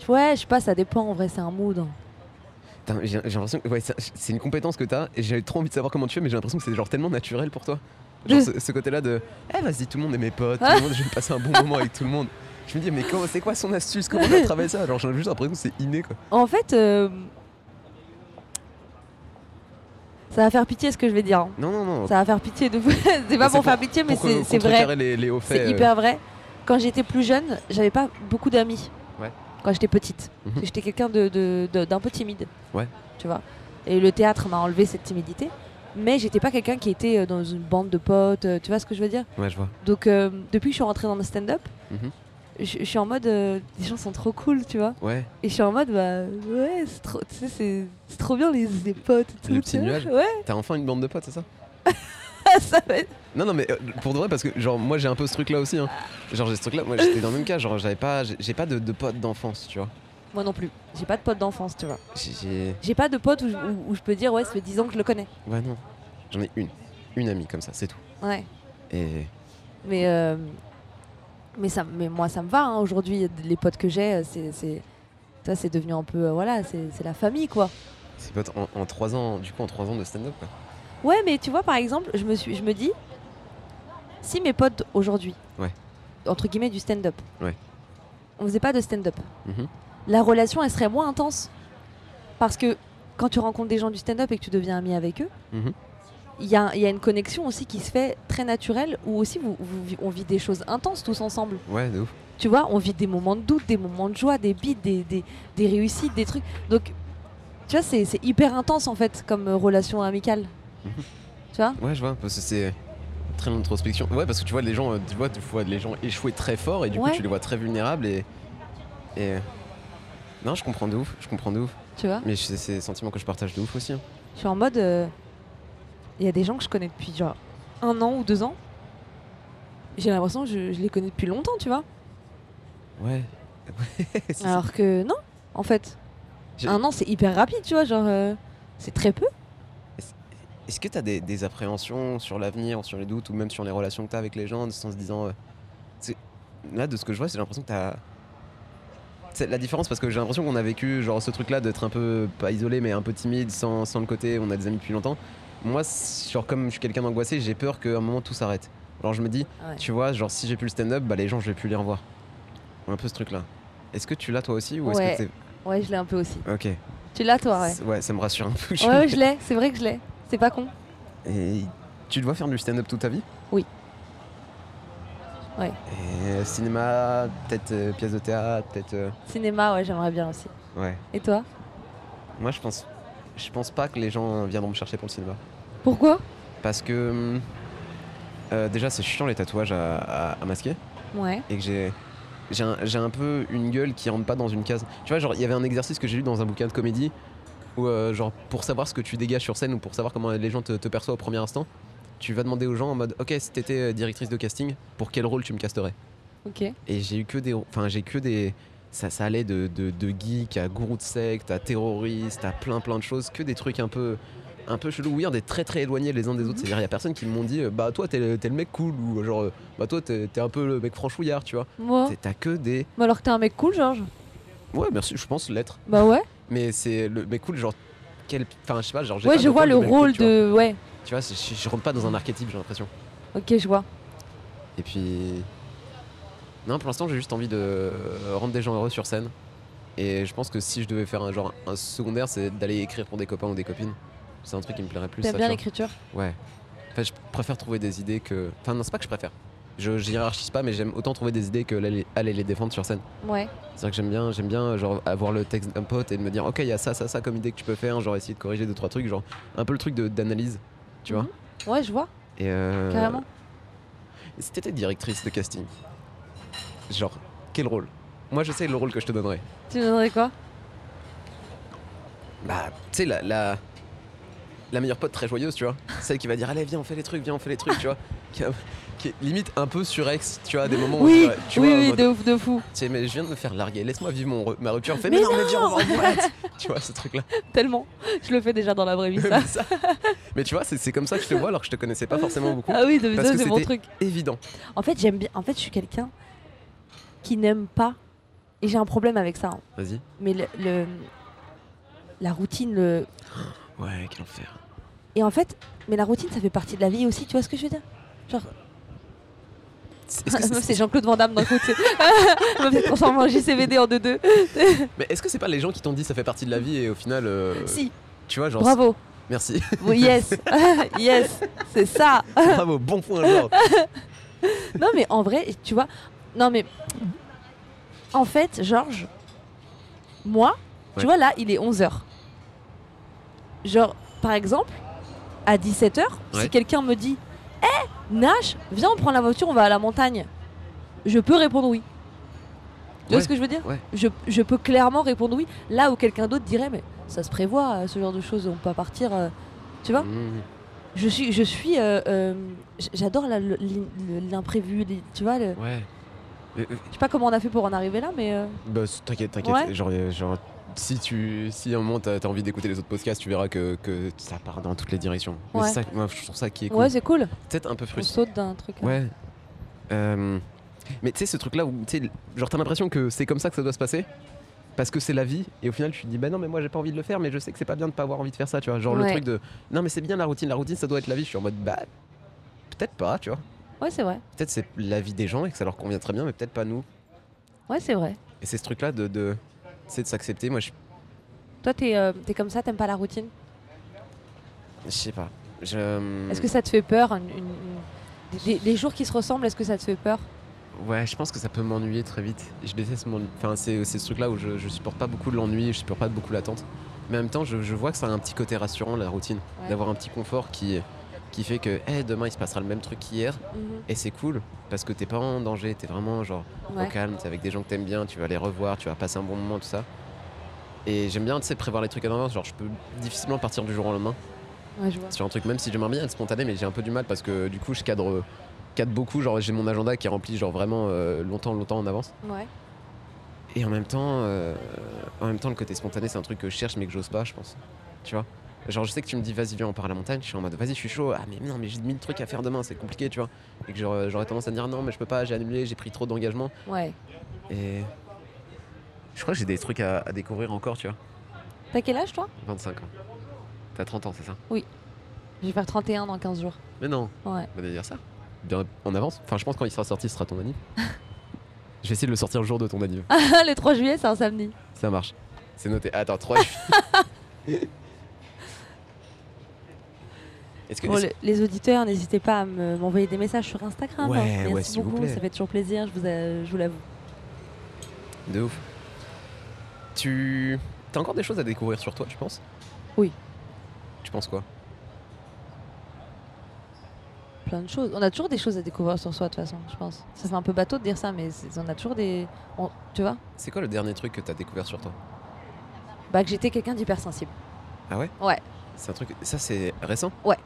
Ouais, je sais pas, ça dépend en vrai, c'est un mood. hein. Putain, J'ai j'ai l'impression que ouais, c'est- c'est une compétence que t'as et j'ai trop envie de savoir comment tu fais, mais j'ai l'impression que c'est genre tellement naturel pour toi. Genre De- ce, ce côté-là de Eh vas-y, tout le monde est mes potes, Ah. tout le monde, je vais passer un bon moment avec tout le monde. Je me dis, mais comment- c'est quoi son astuce Comment elle travaille ça Genre j'ai juste l'impression que c'est inné quoi. En fait. euh, Ça va faire pitié ce que je vais dire. hein. Non, non, non. Ça va faire pitié de vous. [laughs] c'est pas C'est pour faire pour- pitié, mais Pour c'est co- c'est vrai. contrecarrer Les, les hauts faits, C'est euh, hyper vrai. Quand j'étais plus jeune, j'avais pas beaucoup d'amis. Ouais. Quand j'étais petite. Mhm. Parce que J'étais quelqu'un de- de- de- d'un peu timide. Ouais. Tu vois. Et le théâtre m'a enlevé cette timidité. Mais j'étais pas quelqu'un qui était euh, dans une bande de potes. euh, Tu vois ce que je veux dire Ouais, je vois. Donc euh, depuis que je suis rentrée dans le stand-up, Mhm. je, je suis en mode euh, les gens sont trop cool, tu vois. Ouais. Et je suis en mode bah ouais, c'est trop, tu sais, c'est- c'est trop bien les, les potes et tout. Les petits tu vois. nuages. Ouais, [laughs] T'as enfin une bande de potes, c'est ça ça va être- Non, non, mais euh, pour de vrai, parce que genre moi j'ai un peu ce truc là aussi. hein. Genre j'ai ce truc là, moi j'étais dans le même cas, genre j'avais pas, j'ai- j'ai pas de, de potes d'enfance, tu vois. Moi non plus. J'ai pas de potes d'enfance, tu vois. J'ai- J'ai. J'ai pas de potes où, je- où- où je peux dire ouais, ça fait 10 ans que je le connais. Ouais, non. J'en ai une. Une amie comme ça, c'est tout. Ouais. Et. Mais, euh, mais, ça, mais moi, ça me va. hein. Aujourd'hui, les potes que j'ai, euh, c'est. c'est- tu vois, c'est devenu un peu. euh, voilà, c'est c'est la famille, quoi. C'est pas en, en 3 ans, du coup en 3 ans de stand-up quoi. Ouais, mais tu vois, par exemple, je me, suis, je me dis. Si mes potes aujourd'hui. Ouais. Entre guillemets, du stand-up. Ouais. On faisait pas de stand-up. Mhm. La relation, elle serait moins intense. Parce que quand tu rencontres des gens du stand-up et que tu deviens ami avec eux. Mhm. Il y, a, il y a une connexion aussi qui se fait très naturelle où aussi vous- vous- on vit des choses intenses tous ensemble. Ouais, de ouf. Tu vois, on vit des moments de doute, des moments de joie, des bides, des, des, des réussites, des trucs. Donc, tu vois, c'est c'est hyper intense en fait comme euh, relation amicale. Mhm. Tu vois Ouais, je vois, parce que c'est très longue introspection. Ouais, parce que tu vois les gens, euh, tu vois, tu vois les gens échouer très fort et du Ouais. coup tu les vois très vulnérables et. Et. euh, Non, je comprends de ouf, je comprends de ouf. Tu vois Mais c'est c'est des sentiments que je partage de ouf aussi. hein. Je suis en mode. euh, Il y a des gens que je connais depuis genre un an ou deux ans. J'ai l'impression que je, je les connais depuis longtemps, tu vois. Ouais. Si, si. Alors que non, en fait. J'ai- Un an, c'est hyper rapide, tu vois. Genre, euh, c'est très peu. Est-ce que t'as des, des appréhensions sur l'avenir, sur les doutes ou même sur les relations que t'as avec les gens, en se disant. euh, c'est- là, de ce que je vois, j'ai l'impression que t'as. C'est la différence parce que j'ai l'impression qu'on a vécu genre ce truc-là d'être un peu pas isolé mais un peu timide, sans, sans le côté, on a des amis depuis longtemps. Moi, c'est- genre comme je suis quelqu'un d'angoissé, j'ai peur qu'à un moment tout s'arrête. Alors je me dis, Ah Ouais. tu vois, genre si j'ai plus le stand-up, bah les gens je vais plus les revoir. Un peu ce truc-là. Est-ce que tu l'as toi aussi ou est-ce Ouais. que c'est- Ouais, je l'ai un peu aussi. Ok. Tu l'as, toi, ouais. C'est- ça me rassure un peu. Ouais, ouais, je l'ai. C'est vrai que je l'ai. C'est pas con. Et tu dois faire du stand-up toute ta vie Oui. Ouais. Et cinéma, peut-être euh, pièce de théâtre, peut-être. euh, Cinéma, ouais, j'aimerais bien aussi. Ouais. Et toi Moi, je pense. Je pense pas que les gens euh, viendront me chercher pour le cinéma. Pourquoi Parce que. hum, euh, déjà, c'est chiant les tatouages à, à- à masquer. Ouais. et que j'ai j'ai un, j'ai un peu une gueule qui rentre pas dans une case. Tu vois, genre il y avait un exercice que j'ai lu dans un bouquin de comédie où euh, genre pour savoir ce que tu dégages sur scène ou pour savoir comment les gens te, te perçoivent au premier instant, tu vas demander aux gens en mode OK, si t'étais euh, directrice de casting, pour quel rôle tu me casterais Ok. Et j'ai eu que des enfin j'ai que des ça, ça allait de, de, de geek à gourou de secte à terroriste à plein plein de choses, que des trucs un peu un peu chelou, weird et très très éloignés les uns des autres. C'est-à-dire, il y a personne qui m'ont dit, euh, bah toi t'es le t'es le mec cool ou genre, euh, bah toi t'es t'es un peu le mec franchouillard, tu vois. Moi. T'as- T'as que des. Bah alors que t'es un mec cool, Georges. Ouais, merci, je pense l'être. Bah ouais. Mais c'est le. Mais cool, genre. Quel... Enfin, je sais pas, genre. j'ai Ouais, pas je de vois rôle le mec rôle cool, tu vois. de. Ouais. Tu vois, c'est- je, je rentre pas dans un archétype, j'ai l'impression. Ok, je vois. Et puis. Non, pour l'instant, j'ai juste envie de euh, rendre des gens heureux sur scène. Et je pense que si je devais faire un genre un secondaire, c'est d'aller écrire pour des copains ou des copines. C'est un truc qui me plairait plus. T'aimes ça, bien tu vois. l'écriture Ouais. Enfin, je préfère trouver des idées que. Enfin, non, c'est pas que je préfère. Je j'hiérarchise pas, mais j'aime autant trouver des idées que l'aller- aller les défendre sur scène. Ouais. C'est vrai que j'aime bien, j'aime bien euh, genre avoir le texte d'un pote et de me dire ok il y a ça ça ça comme idée que tu peux faire, genre essayer de corriger deux trois trucs, genre un peu le truc de- d'analyse, tu vois. Mhm. Ouais, je vois. Et euh, Carrément. Si t'étais directrice de casting, genre quel rôle Moi je sais le rôle que je te donnerais. Tu me donnerais quoi Bah tu sais la, la la meilleure pote très joyeuse, tu vois, celle qui va dire allez viens on fait les trucs, viens on fait les trucs, tu vois, qui, a- qui est limite un peu surex, tu vois, à des moments où Oui, tu vois- tu oui, vois, en oui, mode, de ouf, de fou. [laughs] Tu sais, mais je viens de me faire larguer, laisse-moi vivre mon, re- ma rupture, fais Mais mais, non, mais non viens on va en boîte, [laughs] tu vois ce truc là. Tellement. Je le fais déjà dans la vraie [laughs] vie, ça. Mais ça- Mais tu vois, c'est c'est comme ça que je te vois alors que je te connaissais pas forcément beaucoup. Ah oui, de Parce ça, que c'est mon c'était- truc. Évident. En fait, j'aime bien. En fait, je suis quelqu'un qui n'aime pas. Et j'ai un problème avec ça. hein. Vas-y. Mais le, le- la routine, le. Ouais, quel enfer. Et en fait, mais la routine, ça fait partie de la vie aussi. Tu vois ce que je veux dire Genre, C'est- [laughs] est-ce que meuf, c'est- c'est Jean-Claude Van Damme d'un coup. tu sais. [laughs] meuf, c'est transformé en JCVD en 2-2. Euh, Mais est-ce que c'est pas les gens qui t'ont dit ça fait partie de la vie et au final, euh, Si, tu vois, genre. bravo. [laughs] Merci. [laughs] Oui, Yes, yes, c'est ça. bravo, bon point, genre. Non, mais en vrai, tu vois, non, mais en fait, Georges, moi, Ouais. tu vois, là, il est 11h. Genre, par exemple, à 17h, Ouais. si quelqu'un me dit Hé, Nash, viens, on prend la voiture, on va à la montagne, je peux répondre oui. Tu vois Ouais, ce que je veux dire ouais. je, je peux clairement répondre oui, là où quelqu'un d'autre dirait Mais ça se prévoit, euh, ce genre de choses, on peut pas partir. euh, tu vois Mmh. je suis, je suis, euh, euh, j- j'adore la- le- l'im- l'imprévu, les- tu vois. le- Ouais. Mais, euh, je sais pas comment on a fait pour en arriver là, mais euh, bah, c'est- t'inquiète, t'inquiète. Ouais. Genre, euh, genre, si tu, si à un moment t'as t'as envie d'écouter les autres podcasts, tu verras que, que ça part dans toutes les directions. Mais Ouais. c'est ça, moi, je trouve ça qui est cool. ouais, c'est cool. Peut-être un peu On frustrant. saute d'un truc. à- Ouais. Euh, mais tu sais, ce truc-là où, tu sais, genre, t'as l'impression que c'est comme ça que ça doit se passer parce que c'est la vie, et au final, tu te dis, bah non, mais moi j'ai pas envie de le faire, mais je sais que c'est pas bien de pas avoir envie de faire ça, tu vois. Genre le Ouais. truc de, non, mais c'est bien la routine, la routine ça doit être la vie. Je suis en mode, bah, peut-être pas, tu vois. Ouais, c'est vrai. Peut-être c'est la vie des gens et que ça leur convient très bien, mais peut-être pas nous. Ouais, c'est vrai. Et c'est ce truc-là de, de c'est de s'accepter. Moi, je Toi, t'es, euh, t'es comme ça, t'aimes pas la routine. Mm. je sais pas. Je... Est-ce que ça te fait peur une- une- une- des- des- Les jours qui se ressemblent, est-ce que ça te fait peur Ouais, je pense que ça peut m'ennuyer très vite. Je déteste mon. Enfin, c'est c'est ce truc-là où je, je supporte pas beaucoup de l'ennui, je supporte pas beaucoup l'attente. Mais en même temps, je, je vois que ça a un petit côté rassurant, la routine. Ouais. D'avoir un petit confort qui, qui fait que eh, demain il se passera le même truc qu'hier. Mhm. Et c'est cool, parce que t'es pas en danger, t'es vraiment genre Ouais. au calme, t'es avec des gens que t'aimes bien, tu vas les revoir, tu vas passer un bon moment, tout ça. Et j'aime bien, tu sais, prévoir les trucs à l'avance. Genre, je peux difficilement partir du jour au lendemain Ouais, je vois. sur un truc même si j'aimerais bien être spontané mais j'ai un peu du mal parce que du coup je cadre cadre beaucoup genre j'ai mon agenda qui est rempli genre vraiment euh, longtemps longtemps en avance Ouais. et en même temps euh, en même temps le côté spontané c'est un truc que je cherche mais que j'ose pas je pense tu vois genre je sais que tu me dis vas-y viens on part à la montagne je suis en mode vas-y je suis chaud ah mais non mais j'ai mille trucs à faire demain c'est compliqué tu vois et que j'aurais j'aurais tendance à dire non mais je peux pas j'ai annulé j'ai pris trop d'engagement Ouais. et je crois que j'ai des trucs à, à découvrir encore tu vois T'as quel âge, toi 25 ans t'as 30 ans c'est ça Je vais faire 31 dans 15 jours. mais non Ouais. [laughs] Bon anniversaire. Bien en avance. Enfin, je pense que quand il sera sorti, ce sera [laughs] ton anniv. je vais essayer de le sortir le jour de ton anniv. le 3 juillet, c'est un samedi. Ça marche. C'est noté. Attends, [laughs] 3 Est-ce que. Bon, est-ce- le- les auditeurs, n'hésitez pas à me- m'envoyer des messages sur Instagram. Ouais, hein. ouais, Merci s'il vous beaucoup, plaît. ça fait toujours plaisir, je vous, euh, je vous l'avoue. De ouf. Tu. T'as encore des choses à découvrir sur toi, tu penses Oui. Tu penses quoi plein de choses. On a toujours des choses à découvrir sur soi, de toute façon, je pense. Ça fait un peu bateau de dire ça, mais c'est- on a toujours des. on- tu vois C'est quoi le dernier truc que t'as découvert sur toi Bah, que j'étais quelqu'un d'hypersensible. Ah ouais Ouais. C'est un truc. Ça, c'est récent Ouais.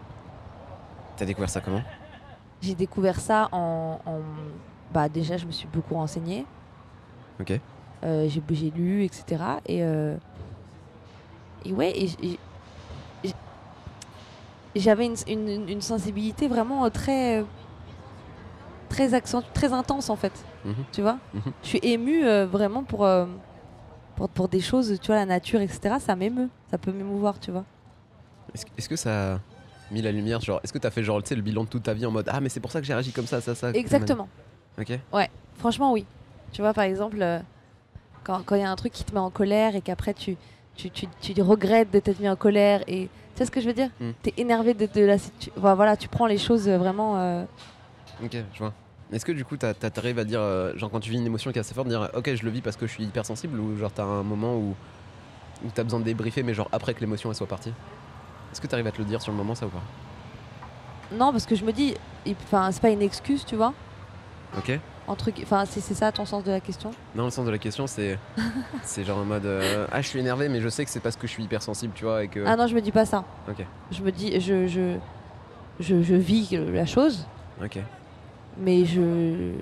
T'as découvert ça comment J'ai découvert ça en, en- Bah, déjà, je me suis beaucoup renseignée. Ok. Euh, j'ai j'ai lu, etc. Et. euh, Et ouais, et j- et j- j'avais une, une- une- une sensibilité vraiment euh, très. euh, très accentuée, très intense en fait. Mhm. Tu vois Mhm. Je suis émue euh, vraiment pour, euh, pour. pour des choses, tu vois, la nature, etc. Ça m'émeut. Ça peut m'émouvoir, tu vois. Est-ce que- est-ce que ça a mis la lumière Genre, est-ce que t'as fait genre, tu sais, le bilan de toute ta vie en mode Ah, mais c'est pour ça que j'ai réagi comme ça, ça, ça. de telle Exactement. manière. Ok. Franchement, oui. Tu vois, par exemple, euh, quand il y a un truc qui te met en colère et qu'après tu, tu, tu, tu regrettes de t'être mis en colère et tu sais ce que je veux dire Mm. T'es énervé de, de la situation. Voilà, tu prends les choses euh, vraiment. euh, Ok, je vois. Est-ce que du coup, t'as- t'as- t'arrives à dire, euh, genre, quand tu vis une émotion qui est assez forte, dire Ok, je le vis parce que je suis hypersensible ou genre, t'as un moment où, où t'as besoin de débriefer, mais genre après que l'émotion elle soit partie Est-ce que t'arrives à te le dire sur le moment, ça ou pas Non, parce que je me dis, il- enfin, c'est pas une excuse, tu vois. Ok. Entre, gu- enfin, c'est c'est ça ton sens de la question. Non, le sens de la question, c'est [laughs] c'est genre en mode euh, Ah, je suis énervé, mais je sais que c'est parce que je suis hypersensible, tu vois, et que. Ah non, je me dis pas ça. Ok. Je me dis, je, je, je, je vis euh, la chose, Ok. mais je,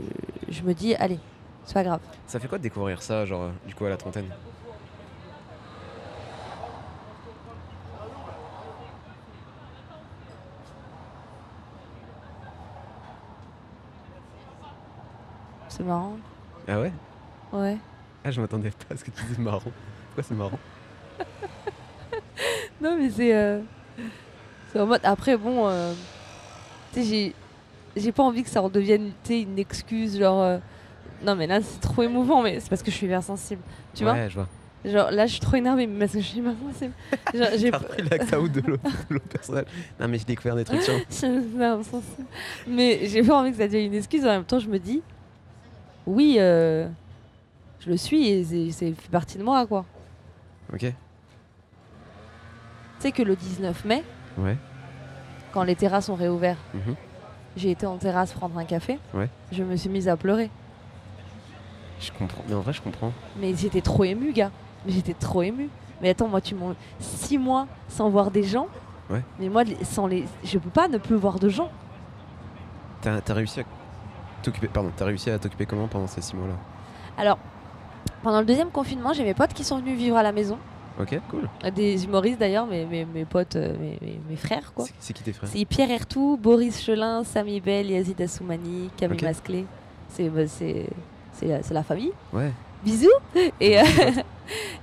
je me dis, allez, c'est pas grave. Ça fait quoi de découvrir ça, genre, euh, du coup, à la trentaine C'est marrant. Ah ouais Ouais. Ah, je m'attendais pas à ce que tu dises marrant. Pourquoi c'est marrant Non, mais c'est. euh, C'est en mode. Après, bon. euh, Tu sais, j'ai. J'ai pas envie que ça redevienne tu sais, une excuse, genre. euh, Non, mais là, c'est trop émouvant, mais c'est parce que je suis hyper sensible. Tu Ouais, je vois. vois Genre, là, je suis trop énervée, mais parce que je suis hyper sensible. Genre, j'ai. T'as repris l'act-out de l'autre de l'autre personnage. Non, mais j'ai découvert des trucs sur. [laughs] je suis hyper sensible. Mais j'ai pas envie que ça devienne une excuse. En même temps, je me dis. Oui, euh, je le suis et c'est- c'est fait partie de moi, quoi. Ok. Tu sais que le 19 mai, Ouais. quand les terrasses ont réouvert, Mhm. j'ai été en terrasse prendre un café. Ouais. Je me suis mise à pleurer. Je comprends. Mais en vrai, je comprends. Mais j'étais trop émue, gars. Mais j'étais trop émue. Mais attends, moi, tu m'en. Six mois sans voir des gens. Ouais. Mais moi, les- sans les. Je peux pas ne plus voir de gens. T'as t'as réussi à t'occuper. Pardon, t'as réussi à t'occuper comment pendant ces six mois-là Alors, pendant le deuxième confinement, j'ai mes potes qui sont venus vivre à la maison. Ok, cool. Des humoristes d'ailleurs, mes, mes, mes potes, euh, mes, mes, mes frères, quoi. C'est- C'est qui tes frères C'est Pierre Ertou, Boris Chelin, Sami Bell, Yazid Assoumani, Camille Ok. Masclé. C'est, bah, c'est, c'est, la- c'est la famille. Ouais. bisous et, euh,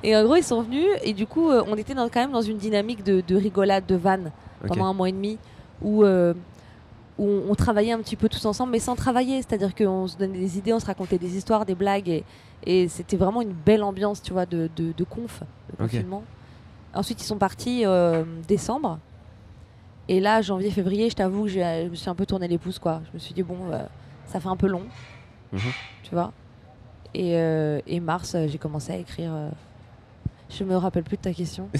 et en gros ils sont venus et du coup euh, on était dans- quand même dans une dynamique de, de rigolade de vanne [laughs] Ok. pendant un mois et demi où, euh, où on, on travaillait un petit peu tous ensemble mais sans travailler c'est à dire qu'on se donnait des idées on se racontait des histoires des blagues et, et c'était vraiment une belle ambiance tu vois de, de, de conf de Ok. confinement ensuite ils sont partis euh, décembre et là janvier février je t'avoue que j'ai- euh, je me suis un peu tourné les pouces quoi je me suis dit bon euh, ça fait un peu long Mhm. tu vois et, euh, et mars, euh, j'ai commencé à écrire. euh, Je me rappelle plus de [laughs] ta question.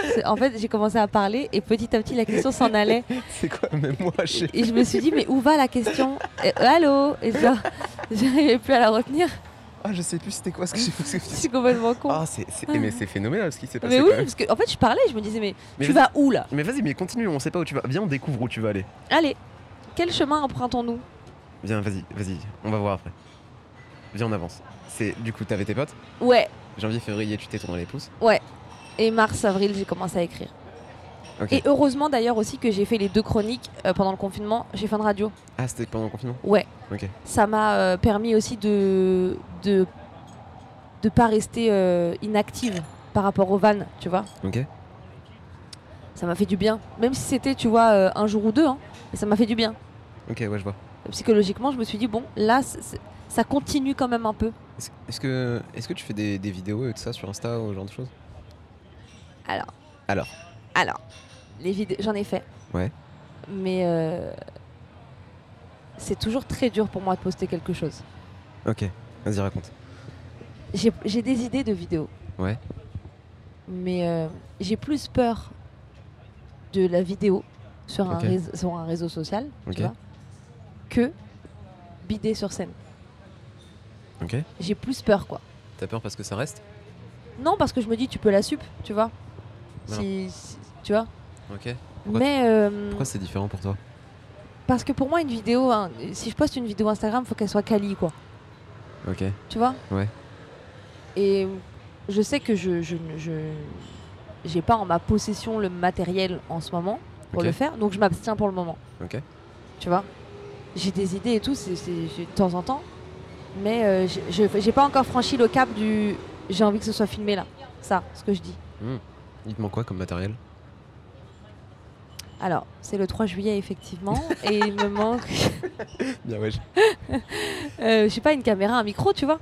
C'est- en fait, j'ai commencé à parler et petit à petit, la question s'en allait. C'est quoi Même moi, je sais. Et je me suis dit, mais où va la question Et, euh, Allô Et genre, j'arrivais plus à la retenir. Ah, je sais plus c'était quoi ce que j'ai fait. Je [laughs] suis complètement con. Ah, c'est. c'est- eh, Mais Ah, c'est phénoménal ce qui s'est passé mais oui, quand même. parce que en fait, je parlais, je me disais, mais, Mais tu vas-y. vas où là Mais vas-y, mais continue, on sait pas où tu vas. Viens, on découvre où tu vas aller. Allez, quel chemin empruntons-nous Viens, vas-y, vas-y, on va voir après. Viens, on avance. C'est du coup, t'avais tes potes. Ouais. Janvier, février, tu t'es tourné les pouces. Et mars, avril, j'ai commencé à écrire. Ok. Et heureusement d'ailleurs aussi que j'ai fait les deux chroniques euh, pendant le confinement chez Fun Radio. Ah, c'était pendant le confinement. ça m'a euh, permis aussi de de de pas rester euh, inactive par rapport aux vannes, tu vois. Ok. Ça m'a fait du bien, même si c'était, tu vois, euh, un jour ou deux, hein, mais ça m'a fait du bien. Ok, ouais, je vois. Psychologiquement, je me suis dit bon, là, c- c- ça continue quand même un peu. Est-ce est-ce que, est-ce que tu fais des, des vidéos et tout ça sur Insta ou ce genre de choses Alors. Alors. Alors, les vidéos, j'en ai fait. Ouais. Mais euh, c'est toujours très dur pour moi de poster quelque chose. Ok. Vas-y, raconte. J'ai j'ai des idées de vidéos. Ouais. Mais euh, j'ai plus peur de la vidéo sur, un, Ok. réseau, sur un réseau social, Ok. tu vois, que bider sur scène. Ok. J'ai plus peur, quoi. T'as peur parce que ça reste Non, parce que je me dis, tu peux la sup, tu vois. Voilà. Si, si- tu vois. Ok. Pourquoi tu- Mais euh, Pourquoi c'est différent pour toi parce que pour moi, une vidéo, hein, si je poste une vidéo Instagram, faut qu'elle soit quali, quoi. Ok. Tu vois Ouais. Et je sais que je je ne- je- j'ai pas en ma possession le matériel en ce moment pour Ok. le faire, donc je m'abstiens pour le moment. Ok. Tu vois J'ai des idées et tout, c'est c'est- j'ai de temps en temps, mais euh, j'ai- je- j'ai pas encore franchi le cap du j'ai envie que ce soit filmé là. Ça, ce que je dis. Il te manque quoi comme matériel Alors, c'est le 3 juillet effectivement, [laughs] et il me manque, Bien ouais. euh, je sais pas, une caméra, un micro, tu vois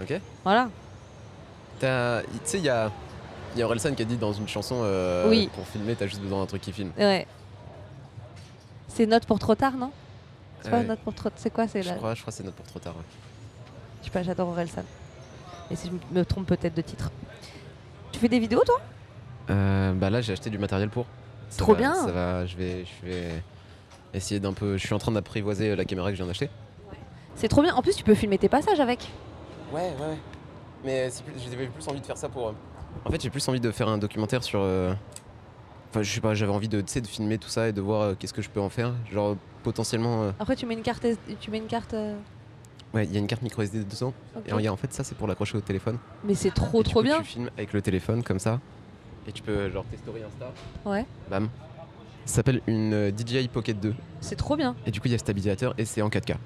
Ok. Voilà. T'as. Tu sais, il y a. Il y a Orelsan qui a dit dans une chanson euh, Oui. pour filmer, t'as juste besoin d'un truc qui filme. Ouais. C'est note pour trop tard, non C'est pas Ouais, note pour trop. C'est quoi C'est Euh, je la... crois, je crois que c'est notre pour trop tard. ouais. Je sais pas, j'adore Orelsan. Et si je me trompe peut-être de titre. Tu fais des vidéos toi Euh, bah là j'ai acheté du matériel pour. Ça Trop va- bien. Ça va, je vais, je vais essayer d'un peu. Je suis en train d'apprivoiser euh, la caméra que je viens d'acheter. C'est trop bien. En plus, tu peux filmer tes passages avec. Ouais, ouais, ouais. Mais j'avais plus envie de faire ça pour. euh, En fait, j'ai plus envie de faire un documentaire sur. euh, Enfin, je sais pas, j'avais envie de, tu sais, de filmer tout ça et de voir euh, qu'est-ce que je peux en faire. Genre, potentiellement. euh, Après, tu mets une carte. S- Tu mets une carte. euh, Ouais, il y a une carte micro SD de 200. ok. Et regarde, en fait, ça, c'est pour l'accrocher au téléphone. Mais c'est trop Et du trop coup, bien. Tu filmes avec le téléphone comme ça. Et tu peux, euh, genre, tes stories Insta. Ouais. Bam. Ça s'appelle une euh, DJI Pocket 2. C'est trop bien. Et du coup, il y a stabilisateur et c'est en 4K.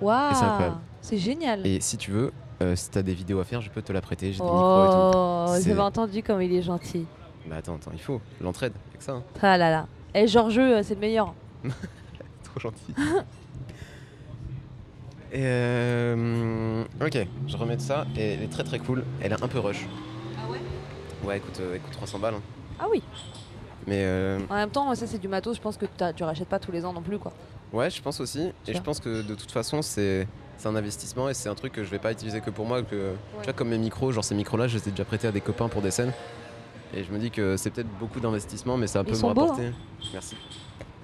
Waouh. incroyable. C'est génial. Et si tu veux, euh, si t'as des vidéos à faire, je peux te la prêter. J'ai des micros et Oh, tout. C'est- j'avais entendu comme il est gentil. tout. Bah attends, attends, il faut l'entraide avec ça. hein. [laughs] Ah là là. Eh, Georges, euh, c'est le meilleur. Trop [laughs] gentil. Et, euh, ok, je remets de ça. Et elle est très très cool. Elle est un peu rush. Ah ouais Ouais, écoute, euh, écoute 300 balles. hein. Ah oui. Mais euh, En même temps, ça c'est du matos. Je pense que t'as- tu rachètes pas tous les ans non plus quoi. ouais, je pense aussi. Tu Et je vois. pense que de toute façon, c'est c'est un investissement et c'est un truc que je vais pas utiliser que pour moi. Que, Tu Ouais. vois, comme mes micros, genre ces micros-là, je les ai déjà prêtés à des copains pour des scènes. Et je me dis que c'est peut-être beaucoup d'investissement, mais ça Ils peut me sont beaux, hein. rapporter. Merci.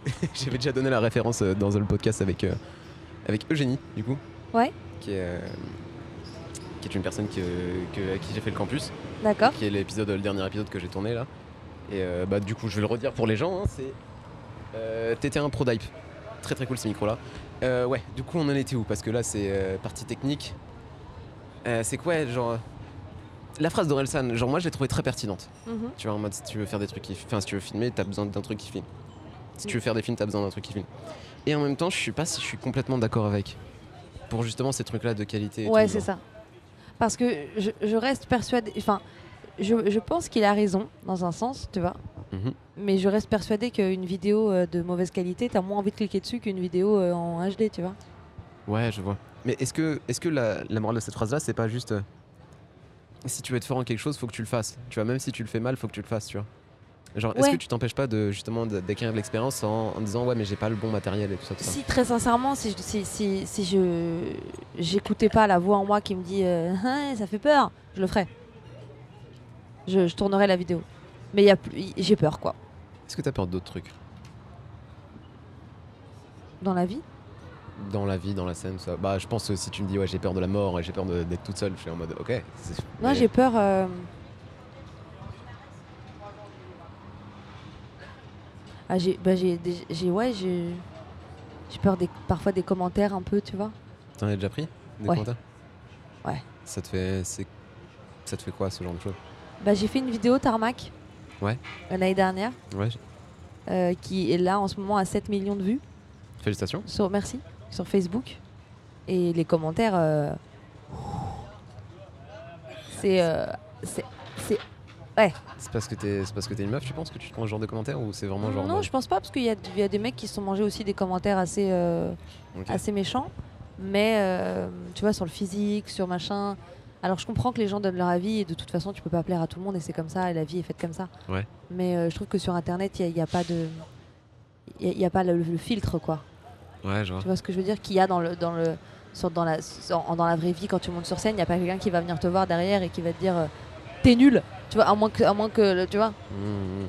[laughs] J'avais déjà donné la référence euh, dans le podcast avec, euh, avec Eugénie, du coup. Ouais. Qui est, euh, qui est une personne qui, euh, que- à qui j'ai fait le campus, D'accord. qui est l'épisode, le dernier épisode que j'ai tourné là. Et euh, bah, du coup, je vais le redire pour les gens, hein, c'est euh, TT1 ProDype. Très très cool ces micros-là. Euh, ouais, du coup, on en était où Parce que là, c'est euh, partie technique. Euh, c'est quoi, genre. euh, La phrase d'Orelsan, genre, moi, je l'ai trouvée très pertinente. Mhm. Tu vois, en mode, si tu veux faire des trucs qui. Enfin, si tu veux filmer, t'as besoin d'un truc qui filme. Si tu veux faire des films, t'as besoin d'un truc qui filme. Et en même temps, je sais pas si je suis complètement d'accord avec. Pour justement ces trucs-là de qualité. et Ouais, tout, c'est genre. ça. Parce que je, je reste persuadée. Enfin, je, je pense qu'il a raison, dans un sens, tu vois. Mhm. Mais je reste persuadée qu'une vidéo euh, de mauvaise qualité, t'as moins envie de cliquer dessus qu'une vidéo euh, en HD, tu vois. Ouais, je vois. Mais est-ce que, est-ce que la, la morale de cette phrase-là, c'est pas juste. euh, si tu veux être fort en quelque chose, faut que tu le fasses. Tu vois, même si tu le fais mal, faut que tu le fasses, tu vois. Genre, est-ce Ouais. que tu t'empêches pas de justement de- d'acquérir de l'expérience en, en disant ouais, mais j'ai pas le bon matériel et tout ça, tout ça Si, très sincèrement, si, je- si, si, si je j'écoutais pas la voix en moi qui me dit euh, [laughs] Hein, ça fait peur, je le ferais. Je, je tournerais la vidéo. Mais il y a plus- y- j'ai peur, quoi, Est-ce que t'as peur d'autres trucs dans la vie. Dans la vie, dans la scène, tout ça Bah, je pense que si tu me dis ouais, j'ai peur de la mort, et j'ai peur de- d'être toute seule, je suis en mode ok. c'est- Moi, mais- j'ai peur. euh, Ah, j'ai, bah, j'ai, dé- j'ai- ouais, j'ai, j'ai peur des, parfois des commentaires un peu, tu vois. T'en as déjà pris des Ouais. commentaires Ouais. Ça te fait. c'est- Ça te fait quoi ce genre de choses Bah, j'ai fait une vidéo tarmac. Euh, Ouais. L'année dernière, Ouais, j'ai- euh, qui est là en ce moment à 7 millions de vues félicitations. sur, merci, sur Facebook. Et les commentaires, euh, c'est, euh, c'est, c'est C'est parce que t'es c'est parce que t'es une meuf, tu penses que tu te prends ce genre de commentaires ou c'est vraiment genre. en non, mode- je pense pas parce qu'il y a, il y a des mecs qui se sont mangés aussi des commentaires assez. euh, Ok. assez méchant, mais euh, tu vois, sur le physique, sur machin. Alors je comprends que les gens donnent leur avis et de toute façon tu peux pas plaire à tout le monde et c'est comme ça et la vie est faite comme ça. Ouais. Mais euh, je trouve que sur internet il n'y a, pas de. Il n'y a, pas le, le filtre quoi. Ouais, je vois. Tu vois ce que je veux dire Qu'il y a dans le. Dans le sur- dans, la, sur- dans la vraie vie, quand tu montes sur scène, il n'y a pas quelqu'un qui va venir te voir derrière et qui va te dire euh, T'es nul Tu vois, à moins que. À moins que le- tu vois Mmh, mmh.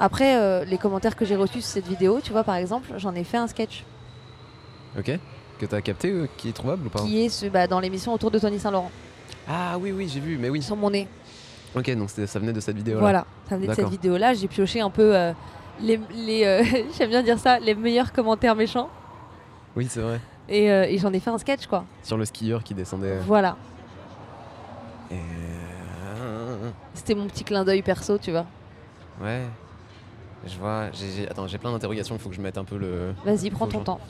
Après, euh, les commentaires que j'ai reçus sur cette vidéo, tu vois, par exemple, j'en ai fait un sketch Ok. Que t'as capté, euh, qui est trouvable ou pas qui est ce- bah, dans l'émission autour de Tony Saint-Laurent, Ah oui, oui, j'ai vu, mais oui. sur mon nez. Ok, donc c'était- ça venait de cette vidéo-là. Voilà, ça venait de cette D'accord. vidéo-là. J'ai pioché un peu euh, les. les, euh, [laughs] J'aime bien dire ça, les meilleurs commentaires méchants. Oui, c'est vrai. Et, euh, et j'en ai fait un sketch, quoi. Sur le skieur qui descendait. Voilà. Euh, C'était mon petit clin d'œil perso, tu vois. Ouais. Je vois. j'ai- j'ai- Attends, j'ai plein d'interrogations, faut que je mette un peu le. Vas-y, prends ton Bonjour. temps.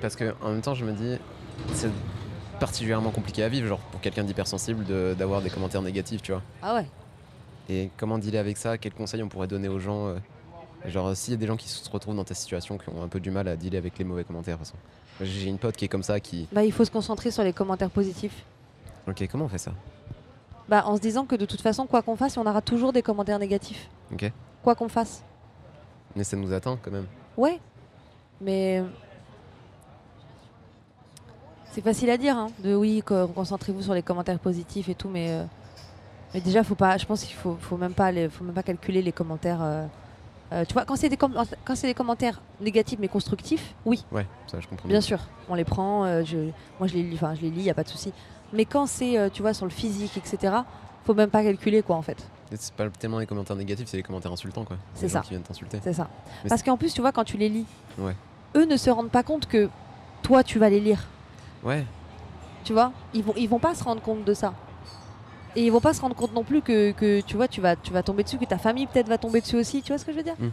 Parce que en même temps, je me dis, c'est particulièrement compliqué à vivre, genre pour quelqu'un d'hypersensible, de- d'avoir des commentaires négatifs, tu vois. Ah ouais. Et comment dealer avec ça Quels conseils on pourrait donner aux gens euh, Genre, euh, s'il y a des gens qui se retrouvent dans ta situation, qui ont un peu du mal à dealer avec les mauvais commentaires, de toute façon. J'ai une pote qui est comme ça, qui. Bah, il faut se concentrer sur les commentaires positifs. Ok, comment on fait ça Bah, en se disant que de toute façon, quoi qu'on fasse, on aura toujours des commentaires négatifs. Ok. Quoi qu'on fasse. Mais ça nous atteint quand même. Ouais. Mais. C'est facile à dire, hein. De oui, co- concentrez-vous sur les commentaires positifs et tout, mais. euh, Mais déjà, faut pas. Je pense qu'il faut, faut même pas, les- faut même pas calculer les commentaires. euh, euh, tu vois, quand c'est des, com- quand c'est des commentaires négatifs mais constructifs, oui. Ouais, ça je comprends. Bien sûr, on les prend. euh, je, moi, je les lis. Enfin, je les lis. Y a pas de souci. Mais quand c'est, euh, tu vois, sur le physique, etc. Faut même pas calculer quoi, en fait. Et C'est pas tellement les commentaires négatifs, c'est les commentaires insultants, quoi. C'est Les gens ça. qui viennent t'insulter. C'est ça. Mais Parce qu'en plus, tu vois, quand tu les lis, Ouais. eux ne se rendent pas compte que toi, tu vas les lire. Ouais, Tu vois, ils vont, ils vont pas se rendre compte de ça. Et ils vont pas se rendre compte non plus que, que tu vois, tu vas, tu vas tomber dessus, que ta famille peut-être va tomber dessus aussi. Tu vois ce que je veux dire Mm.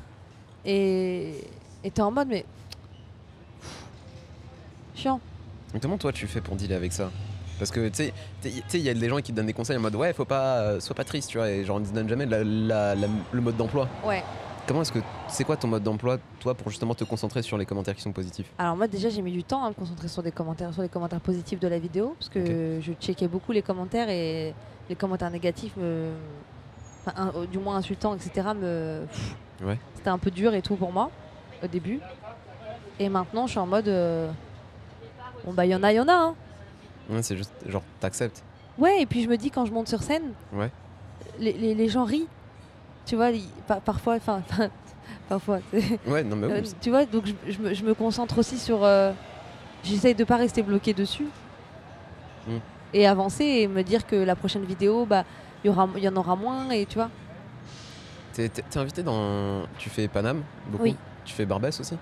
Et et t'es en mode, mais Pff, chiant. Mais comment toi tu fais pour dealer avec ça Parce que tu sais, tu sais, il y a des gens qui te donnent des conseils en mode ouais, faut pas, euh, sois pas triste, tu vois, et genre on te donne jamais la- la- la- le mode d'emploi. Ouais. Comment est-ce que c'est quoi ton mode d'emploi toi pour justement te concentrer sur les commentaires qui sont positifs Alors moi déjà j'ai mis du temps à me concentrer sur des commentaires, sur les commentaires positifs de la vidéo parce que je checkais beaucoup les commentaires et les commentaires négatifs me, enfin, un- du moins insultants etc me, pff, Ouais. c'était un peu dur et tout pour moi au début et maintenant je suis en mode euh, bon bah il y en a il y en a hein. Ouais, C'est juste genre t'acceptes. ouais et puis je me dis quand je monte sur scène Ouais. les, les- les gens rient tu vois ils- par- parfois enfin [laughs] parfois Ouais, non mais Ah oui, euh, tu vois, donc je, je me, je me concentre aussi sur. euh, J'essaye de pas rester bloqué dessus Mm. et avancer et me dire que la prochaine vidéo, bah, il y aura, il y en aura moins et tu vois. t'es- t'es t'es invité dans, tu fais Paname beaucoup. Oui. Tu fais Barbès aussi.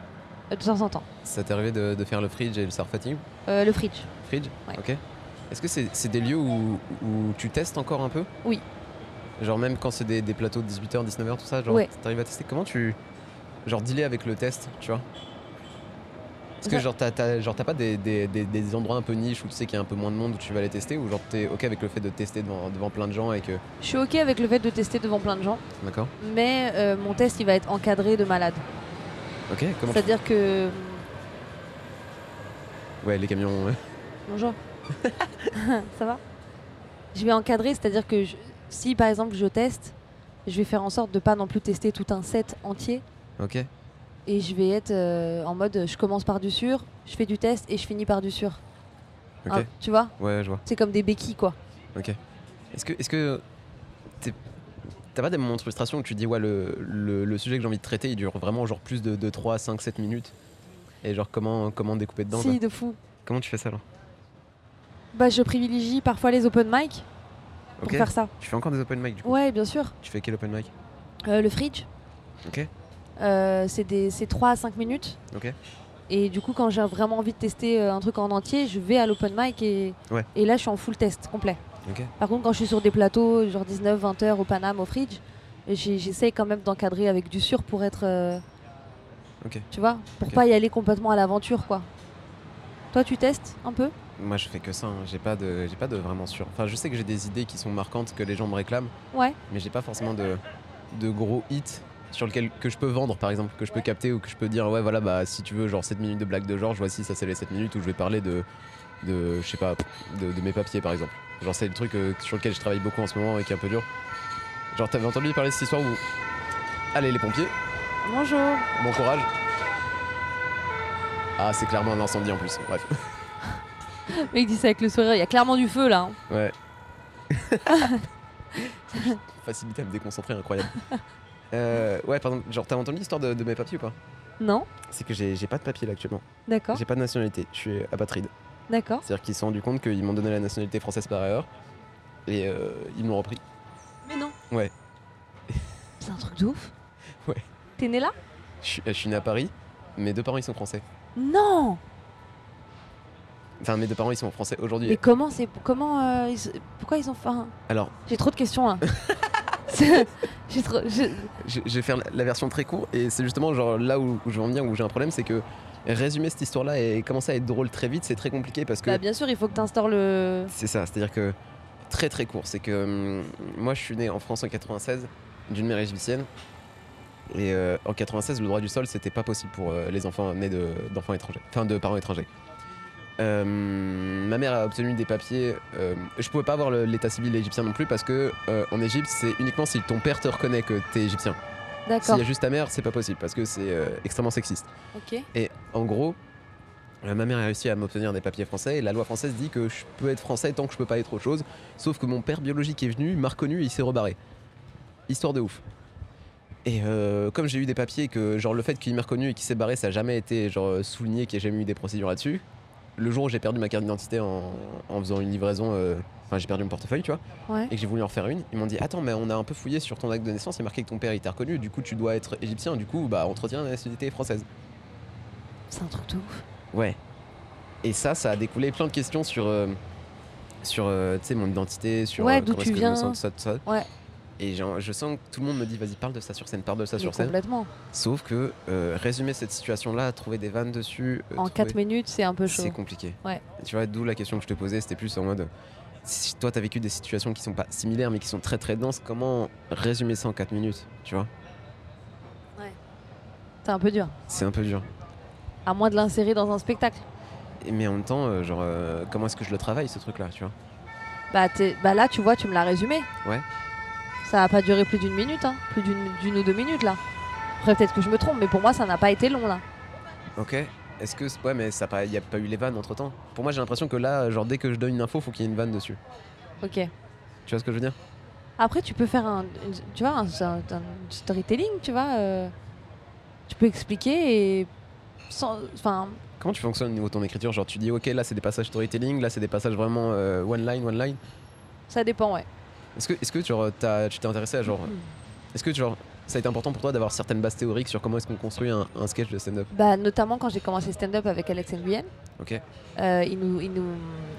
Euh, De temps en temps. Ça t'est arrivé de, de faire le fridge et le surf fatigue Euh, le fridge. Fridge Ouais. Ok. Est-ce que c'est c'est des lieux où, où tu testes encore un peu Oui. Genre même quand c'est des, des plateaux de 18h, 19h, tout ça, genre Ouais. t'arrives à tester Comment tu. Genre dealer avec le test, tu vois Parce que Ça- genre t'as, t'as- genre t'as pas des, des- des- des endroits un peu niche où tu sais qu'il y a un peu moins de monde où tu vas les tester ou genre t'es ok avec le fait de tester devant, devant plein de gens et que. Je suis ok avec le fait de tester devant plein de gens, D'accord mais euh, mon test il va être encadré de malade. Ok, comment tu- C'est-à-dire que. Ouais, les camions. ouais. [laughs] Bonjour. [laughs] Ça va Je vais encadrer, c'est-à-dire que je- si par exemple je teste, je vais faire en sorte de pas non plus tester tout un set entier. Ok. et je vais être euh, en mode euh, je commence par du sûr, je fais du test et je finis par du sûr. Ok. Hein, tu vois Ouais, je vois. C'est comme des béquilles quoi. Est-ce que, est-ce que t'es- t'as pas des moments de frustration où tu dis ouais le, le- le sujet que j'ai envie de traiter il dure vraiment genre plus de, de 3, 5, 7 minutes et genre comment, comment découper dedans quoi si, de fou. Comment tu fais ça alors Bah je privilégie parfois les open mic pour Ok. faire ça. Tu fais encore des open mic du coup Ouais, bien sûr. Tu fais quel open mic Euh, le fridge. Ok. Euh, c'est des c'est 3 à 5 minutes. Ok. Et du coup quand j'ai vraiment envie de tester euh, un truc en entier, je vais à l'open mic et Ouais. et là je suis en full test complet. Ok. Par contre quand je suis sur des plateaux genre 19 20 heures au Paname au fridge, j'ai- j'essaye quand même d'encadrer avec du sûr pour être euh, Ok. Tu vois Pour Ok. pas y aller complètement à l'aventure, quoi. Toi, tu testes un peu Moi je fais que ça, hein. j'ai pas de j'ai pas de vraiment sûr. Enfin je sais que j'ai des idées qui sont marquantes que les gens me réclament Ouais. mais j'ai pas forcément de, de gros hits sur lequel que je peux vendre par exemple que je peux capter ou que je peux dire ouais voilà bah si tu veux genre 7 minutes de blague de Georges voici ça c'est les 7 minutes où je vais parler de de je sais pas de, de mes papiers par exemple genre c'est le truc euh, sur lequel je travaille beaucoup en ce moment et qui est un peu dur genre t'avais entendu parler de cette histoire où allez les pompiers Bonjour bon courage ah c'est clairement un incendie en plus bref [laughs] Mec, dis ça avec le sourire, il y a clairement du feu là. hein. Ouais. Facilité à me déconcentrer, incroyable. Euh, ouais, pardon, genre, t'as entendu l'histoire de, de mes papiers ou pas Non C'est que j'ai j'ai pas de papier là actuellement. D'accord, J'ai pas de nationalité, je suis apatride. d'accord. C'est-à-dire qu'ils se sont rendus compte qu'ils m'ont donné la nationalité française par erreur. Et euh, ils m'ont repris. Mais non Ouais. [laughs] C'est un truc de ouf Ouais. T'es né là Je suis- je suis né à Paris, mes deux parents ils sont français. Non Enfin, mes deux parents ils sont français aujourd'hui. Mais comment c'est comment euh, ils se- pourquoi ils ont faim Alors, J'ai trop de questions [laughs] là. [laughs] C'est- J'ai trop je- je, je vais faire la- la version très courte et c'est justement genre là où, où je veux en venir, où j'ai un problème, c'est que résumer cette histoire-là et commencer à être drôle très vite, c'est très compliqué parce que Bah bien sûr, il faut que t'instaures le C'est ça, c'est-à-dire que très très court, c'est que hum, moi je suis né en France en 96 d'une mère égyptienne et euh, en 96 le droit du sol c'était pas possible pour euh, les enfants nés de- d'enfants étrangers, enfin de parents étrangers. Euh, ma mère a obtenu des papiers. euh, je pouvais pas avoir le- l'état civil égyptien non plus parce que euh, en Égypte c'est uniquement si ton père te reconnaît que t'es égyptien. S'il D'accord. y a juste ta mère c'est pas possible parce que c'est euh, extrêmement sexiste. OK. Et en gros, euh, ma mère a réussi à m'obtenir des papiers français et la loi française dit que je peux être français tant que je peux pas être autre chose. Sauf que mon père biologique est venu, il m'a reconnu, il s'est rebarré. Histoire de ouf. Et euh, comme j'ai eu des papiers que genre le fait qu'il m'ait reconnu et qu'il s'est barré, ça a jamais été genre souligné qu'il y ait jamais eu des procédures là-dessus. Le jour où j'ai perdu ma carte d'identité en, en faisant une livraison, euh, enfin j'ai perdu mon portefeuille, tu vois, Ouais. et que j'ai voulu en refaire une, ils m'ont dit attends mais on a un peu fouillé sur ton acte de naissance, il est marqué que ton père il t'a reconnu, du coup tu dois être égyptien, du coup bah on te retient la nationalité française. C'est un truc de ouf. Ouais. Et ça, ça a découlé plein de questions sur, euh, sur euh, tu sais, mon identité, sur Ouais, euh, d'où comment tu est-ce que je me viens. sens, tout ça, tout ça. Ouais. Et genre, je sens que tout le monde me dit, vas-y, parle de ça sur scène, parle de ça Mais sur scène. complètement. Sauf que euh, résumer cette situation-là, trouver des vannes dessus, euh, En trouver- 4 minutes, c'est un peu chaud. c'est compliqué. Ouais. Tu vois, d'où la question que je te posais, c'était plus en mode, si toi, t'as vécu des situations qui sont pas similaires, mais qui sont très très denses, comment résumer ça en 4 minutes, tu vois C'est un peu dur. C'est un peu dur. À moins de l'insérer dans un spectacle. Et- Mais en même temps, euh, genre, euh, comment est-ce que je le travaille, ce truc-là, tu vois Bah, t'es- bah là, tu vois, tu me l'as résumé. Ouais. Ça a pas duré plus d'une minute, hein. Plus d'une d'une ou deux minutes là. Après, peut-être que je me trompe, mais pour moi, ça n'a pas été long là. Ok. Est-ce que c'est- ouais mais ça il y a pas eu les vannes entre temps Pour moi j'ai l'impression que là genre dès que je donne une info faut qu'il y ait une vanne dessus. Ok. Tu vois ce que je veux dire Après, tu peux faire un, une- tu vois, un, un- un storytelling, tu vois. euh, tu peux expliquer et sans, enfin, Comment tu fonctionnes au niveau de ton écriture Genre tu dis ok là c'est des passages storytelling, là c'est des passages vraiment euh, one line one line. ça dépend, ouais. Est-ce que est-ce que genre, t'as- tu t'es intéressé à genre est-ce que genre ça a été important pour toi d'avoir certaines bases théoriques sur comment est-ce qu'on construit un, un sketch de stand-up Bah, notamment quand j'ai commencé stand-up avec Alex Nguyen, Ok. euh, il, nous, il, nous,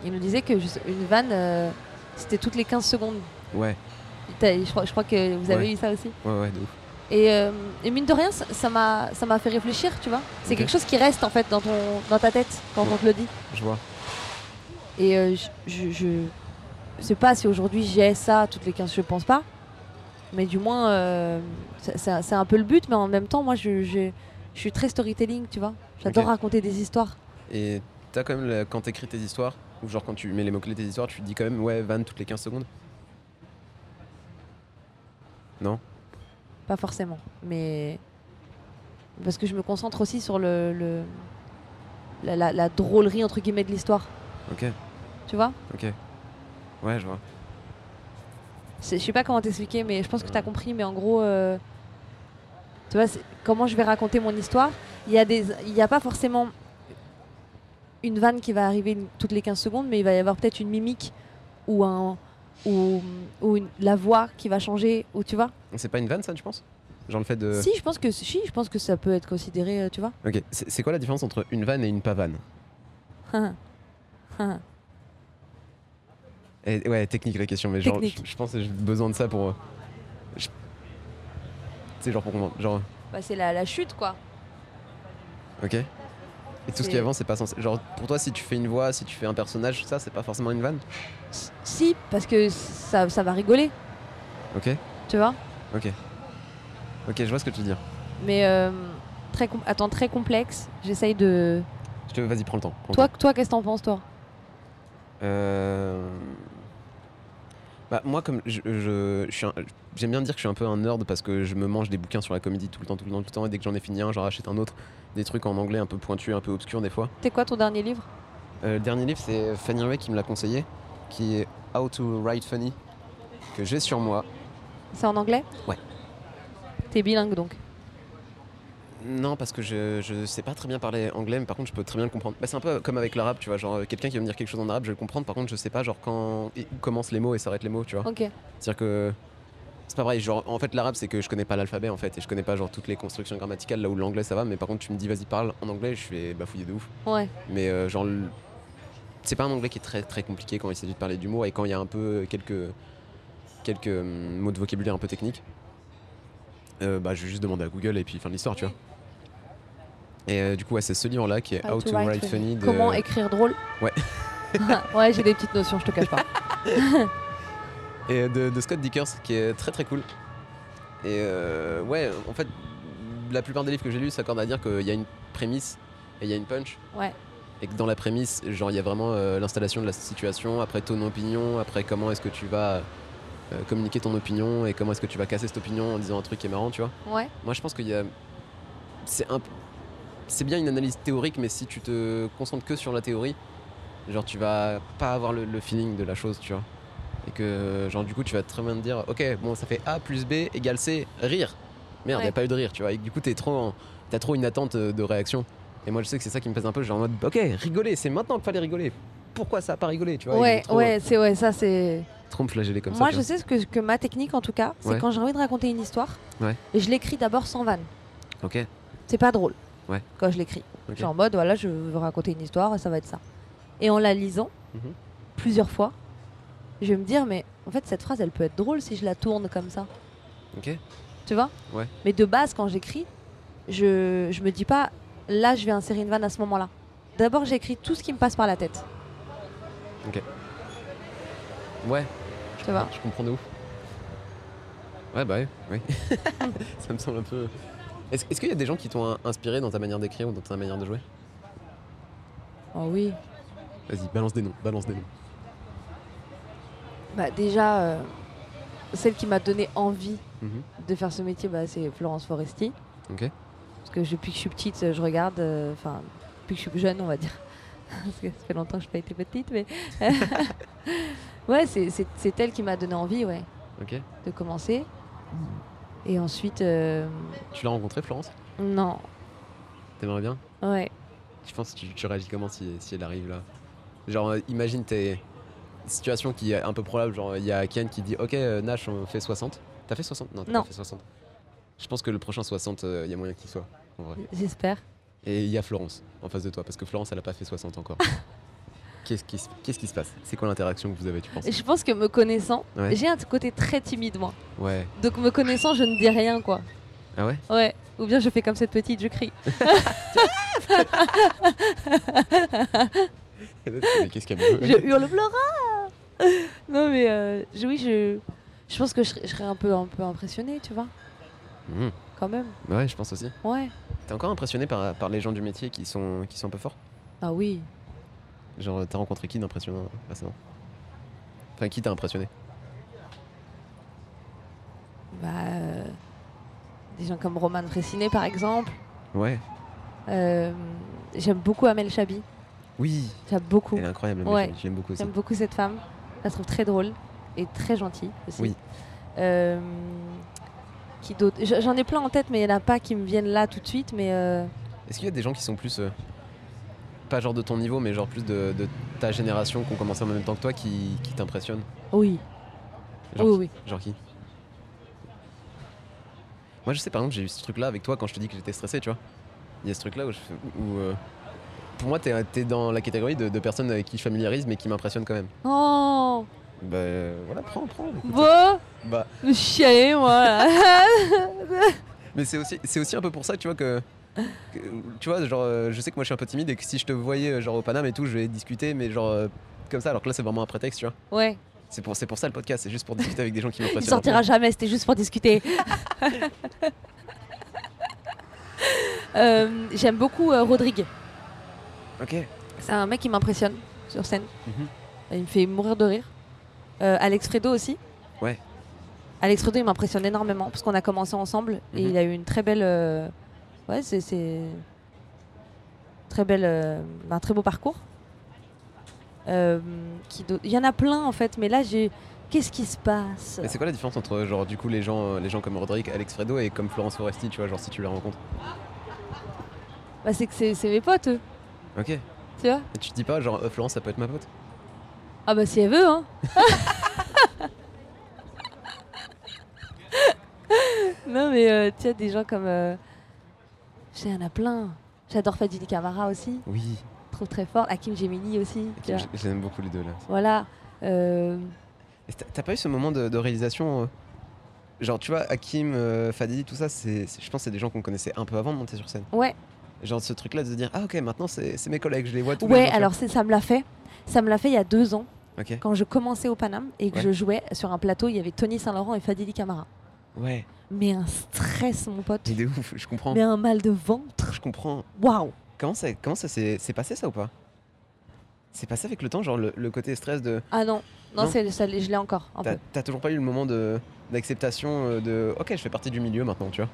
il nous disait que juste une vanne, euh, c'était toutes les 15 secondes. Ouais T'as- Je crois, je crois que vous avez eu ça aussi. ouais ouais de ouf. Et, euh, et mine de rien, ça ça m'a ça m'a fait réfléchir, tu vois. C'est Ok. quelque chose qui reste en fait dans, ton, dans ta tête quand Ouais. on te le dit. Je vois. Et euh, je, je, je sais pas si aujourd'hui j'ai ça toutes les 15, je pense pas. Mais du moins, euh, ça- ça- c'est un peu le but, mais en même temps, moi, je, je, je suis très storytelling, tu vois. J'adore Ok. raconter des histoires. Et t'as quand même la- quand t'écris tes histoires ou genre quand tu mets les mots clés de tes histoires tu te dis quand même ouais vanne toutes les 15 secondes. Pas forcément, mais parce que je me concentre aussi sur le, le- la, la- la drôlerie entre guillemets de l'histoire, Ok tu vois. ouais je vois. C'est- Je sais pas comment t'expliquer, mais je pense que t'as compris. Mais en gros, euh, tu vois, c'est- comment je vais raconter mon histoire Il y a des, il y a pas forcément une vanne qui va arriver une- toutes les 15 secondes, mais il va y avoir peut-être une mimique ou un ou, ou une- la voix qui va changer, ou tu vois. C'est pas une vanne ça tu penses Genre le fait de Si, je pense que si, je pense que ça peut être considéré, euh, tu vois. Ok, c'est c'est quoi la différence entre une vanne et une pavane [laughs] Bah, Et- Ouais, technique la question, mais genre, Technique. je je pense que j'ai besoin de ça pour. euh, je- C'est genre pour comprendre. Genre, Bah, c'est la, la chute, quoi. ok Et tout ce qui C'est- est avant, c'est pas censé. Genre, pour toi, si tu fais une voix, si tu fais un personnage, ça, c'est pas forcément une vanne S- Si, parce que ça, ça va rigoler, Ok tu vois. Ok, je vois ce que tu veux dire. Mais euh, très com- attends, très complexe. J'essaye de. Je te... Vas-y, prends le temps. prends le Toi, temps. toi qu'est-ce que t'en penses, toi Euh, Bah, moi, comme je, je- je suis un- j'aime bien dire que je suis un peu un nerd parce que je me mange des bouquins sur la comédie tout le temps, tout le temps, tout le temps, et dès que j'en ai fini un, j'en rachète un autre. Des trucs en anglais un peu pointus, un peu obscurs des fois. C'est quoi ton dernier livre Euh, le dernier livre, c'est Fanny Ray qui me l'a conseillé, qui est How to Write Funny, que j'ai sur moi. C'est en anglais Ouais. T'es bilingue donc. Non, parce que je, je sais pas très bien parler anglais, mais par contre, je peux très bien le comprendre. Bah, c'est un peu comme avec l'arabe, tu vois. Genre, euh, quelqu'un qui va me dire quelque chose en arabe, je vais le comprendre. Par contre, je sais pas, genre, quand et où commencent les mots et s'arrêtent les mots, tu vois. Ok. C'est-à-dire que. C'est pas pareil. Genre, en fait, l'arabe, c'est que je connais pas l'alphabet, en fait, et je connais pas, genre, toutes les constructions grammaticales, là où l'anglais, ça va. Mais par contre, tu me dis, vas-y, parle en anglais, je vais bafouiller de ouf. Ouais. Mais, euh, genre, le- c'est pas un anglais qui est très, très compliqué quand il s'agit de parler d'humour et quand il y a un peu quelques. quelques hum, mots de vocabulaire un peu techniques. euh, bah, je vais juste demander à Google et puis fin de l'histoire, tu vois. Et euh, du coup, ouais, c'est ce livre-là qui est How to Write Funny de. Comment écrire drôle Ouais. [laughs] ouais, j'ai des petites notions, je te cache pas. et de, de Scott Dickers qui est très très cool. Et euh, ouais, en fait, la plupart des livres que j'ai lus s'accordent à dire qu'il y a une prémisse et il y a une punch. Ouais. Et que dans la prémisse, genre, il y a vraiment euh, l'installation de la situation, après ton opinion, après comment est-ce que tu vas euh, communiquer ton opinion et comment est-ce que tu vas casser cette opinion en disant un truc qui est marrant, tu vois. Ouais. Moi, je pense qu'il y a. C'est un. C'est bien une analyse théorique, mais si tu te concentres que sur la théorie, genre tu vas pas avoir le, le feeling de la chose, tu vois. Et que, genre, du coup, tu vas très bien te dire, ok, bon, ça fait A plus B égale C, rire. Merde, Ouais. y a pas eu de rire, tu vois. Et que, du coup, t'es trop en- t'as trop une attente euh, de réaction. Et moi, je sais que c'est ça qui me pèse un peu, genre en mode, ok, rigoler, c'est maintenant qu'il fallait rigoler. Pourquoi ça a pas rigolé, tu vois et ouais, trop, ouais, c'est ouais, ça c'est. Trop me flageller comme ça. Moi, tu je sais ce que, que ma technique en tout cas, c'est Ouais. quand j'ai envie de raconter une histoire, Ouais. je l'écris d'abord sans vanne. vois. Ok. C'est pas drôle. Ouais. Quand je l'écris, Ok. je suis en mode voilà, je veux raconter une histoire, ça va être ça. Et en la lisant Mhm. plusieurs fois, je vais me dire mais en fait cette phrase, elle peut être drôle si je la tourne comme ça. Ok. Tu vois Ouais. Mais de base, quand j'écris, je, je me dis pas là, je vais insérer une vanne à ce moment-là. D'abord, j'écris tout ce qui me passe par la tête. Ouais. Tu vois Je comprends de ouf. Ouais, bah ouais, oui. [laughs] ça me semble un peu. Est-ce est-ce qu'il y a des gens qui t'ont in- inspiré dans ta manière d'écrire ou dans ta manière de jouer Oh oui. Vas-y, balance des noms, balance des noms. Bah, déjà, euh, celle qui m'a donné envie Mhm. de faire ce métier, bah, c'est Florence Foresti. Ok. Parce que je- depuis que je suis petite, euh, je regarde. euh, Enfin, depuis que je suis jeune, on va dire. [laughs] Parce que ça fait longtemps que je n'ai pas été petite, mais. [laughs] ouais, c'est- c'est c'est elle qui m'a donné envie, ouais, Ok. de commencer. Et ensuite. euh, Tu l'as rencontré, Florence non, T'aimerais bien ouais. Je pense que tu, tu réagis comment si, si elle arrive là Genre, euh, imagine tes situation qui est un peu probable. Genre, il y a Ken qui dit Ok, euh, Nash, on fait 60. T'as fait 60 Non, t'as Non. pas fait 60. Je pense que le prochain 60, il y a moyen qu'il soit. En vrai. J'espère. Et il y a Florence en face de toi, parce que Florence, elle a pas fait 60 [laughs] encore. Qu'est-ce qui, se- qu'est-ce qui se passe C'est quoi l'interaction que vous avez, tu penses Je pense que me connaissant, Ouais. j'ai un côté très timide moi. Ouais. Donc me connaissant, je ne dis rien quoi. Ah ouais Ouais. Ou bien je fais comme cette petite, je crie. [laughs] Mais Qu'est-ce qu'elle veut Je hurle Flora [laughs] Non mais euh, je- oui, je, je pense que je, serais- je serais un peu, un peu impressionnée, tu vois. Mhm. Quand même. Ouais, je pense aussi. Ouais. T'es encore impressionné par, par les gens du métier qui sont, qui sont un peu forts Ah oui. Genre, t'as rencontré qui d'impressionnant récemment Enfin, qui t'a impressionné Bah, euh, des gens comme Roman Fressinet par exemple. Ouais. Euh, J'aime beaucoup Amel Chabi. Oui J'aime beaucoup. Elle est incroyable, mais Ouais. j'aime- j'aime beaucoup aussi. J'aime beaucoup cette femme. Je la trouve très drôle et très gentille aussi. Oui. Euh, qui d'autre J- J'en ai plein en tête, mais il n'y en a pas qui me viennent là tout de suite. Mais euh, Est-ce qu'il y a des gens qui sont plus. euh, pas genre de ton niveau, mais genre plus de, de ta génération, qui ont commencé en même temps que toi, qui, qui t'impressionnent oui, Genre oui, oui. Genre qui Moi je sais par exemple j'ai eu ce truc là avec toi quand je te dis que j'étais stressé tu vois. Il y a ce truc là où, je fais- où, euh, pour moi t'es t'es dans la catégorie de, de personnes avec qui je familiarise mais qui m'impressionnent quand même. Oh, Bah euh, voilà prends prends. écoute. bon, Bah je suis allée, moi. [laughs] là. mais c'est aussi c'est aussi un peu pour ça tu vois que, que, tu vois genre euh, je sais que moi je suis un peu timide et que si je te voyais euh, genre au Paname et tout je vais discuter mais genre euh, comme ça alors que là c'est vraiment un prétexte tu vois. ouais, C'est pour c'est pour ça le podcast c'est juste pour discuter avec des gens qui [laughs] il m'impressionnent. un peu. sortira jamais, c'était juste [laughs] pour discuter. Euh, J'aime beaucoup euh, Rodrigue. Ok. C'est un mec qui m'impressionne sur scène. Mhm. Il me fait mourir de rire. Euh, Alex Fredo aussi. Ouais. Alex Fredo, il m'impressionne énormément parce qu'on a commencé ensemble et Mhm. il a eu une très belle. euh, Ouais, c'est. c'est- Très belle. euh, Un très beau parcours. Euh, qui do- Il y en a plein en fait, mais là, j'ai. Qu'est-ce qui se passe Mais c'est quoi la différence entre genre du coup les gens, euh, les gens comme Roderick, Alex Fredo et comme Florence Foresti, tu vois, genre si tu les rencontres. Bah, c'est que c'est c'est mes potes, eux, Ok. Et tu vois tu te dis pas genre euh, Florence ça peut être ma pote Ah bah si elle veut, hein [laughs] Non mais euh, tu as des gens comme... Euh... je sais, Il y en a plein. J'adore Fadili Camara aussi, Oui. je trouve très fort. Hakim Gemini aussi, tu vois. J'aime beaucoup les deux là. Voilà. euh, Et t'as- T'as pas eu ce moment de, de réalisation euh, Genre, tu vois, Hakim, euh, Fadi, tout ça, c'est, c'est- je pense que c'est des gens qu'on connaissait un peu avant de monter sur scène. Ouais. Genre, ce truc-là de se dire, ah ok, maintenant c'est c'est mes collègues, je les vois tous les Ouais, jours, tu alors c'est- ça me l'a fait. Ça me l'a fait il y a deux ans, vois. Ok. quand je commençais au Paname et que Ouais. je jouais sur un plateau, il y avait Tony Saint-Laurent et Fadili Camara. Ouais. Mais un stress, mon pote. Mais de ouf, je comprends. Mais un mal de ventre. Je comprends. Waouh Comment ça, comment ça s'est s'est passé ça ou pas C'est passé avec le temps, genre le, le côté stress de. Ah non, non, Non. c'est- ça, je l'ai encore. Un T'as peu. t'as toujours pas eu le moment de d'acceptation euh, de. Ok, je fais partie du milieu maintenant, tu vois.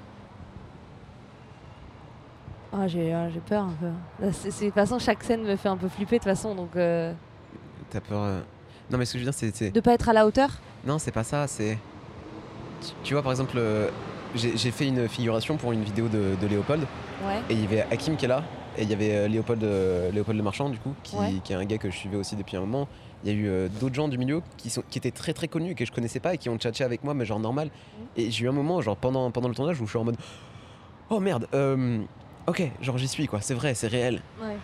Ah, j'ai ah, j'ai peur un peu. Là, c'est- c'est- De toute façon, chaque scène me fait un peu flipper de toute façon, donc euh, T'as peur. euh, Non, mais ce que je veux dire, c'est- c'est. de pas être à la hauteur. Non, c'est pas ça, c'est. Tu, tu vois, par exemple, euh, j'ai j'ai fait une figuration pour une vidéo de, de Léopold, Ouais. et il y avait Hakim qui est là, et il y avait euh, Léopold, euh, Léopold Le Marchand, du coup, qui, Ouais. qui est un gars que je suivais aussi depuis un moment. Il y a eu euh, d'autres gens du milieu qui, sont, qui étaient très très connus, que je connaissais pas, et qui ont tchatché avec moi, mais genre normal. Mm. Et j'ai eu un moment, genre pendant, pendant le tournage, où je suis en mode Oh merde, euh, ok, genre j'y suis, quoi, c'est vrai, c'est réel. ouais.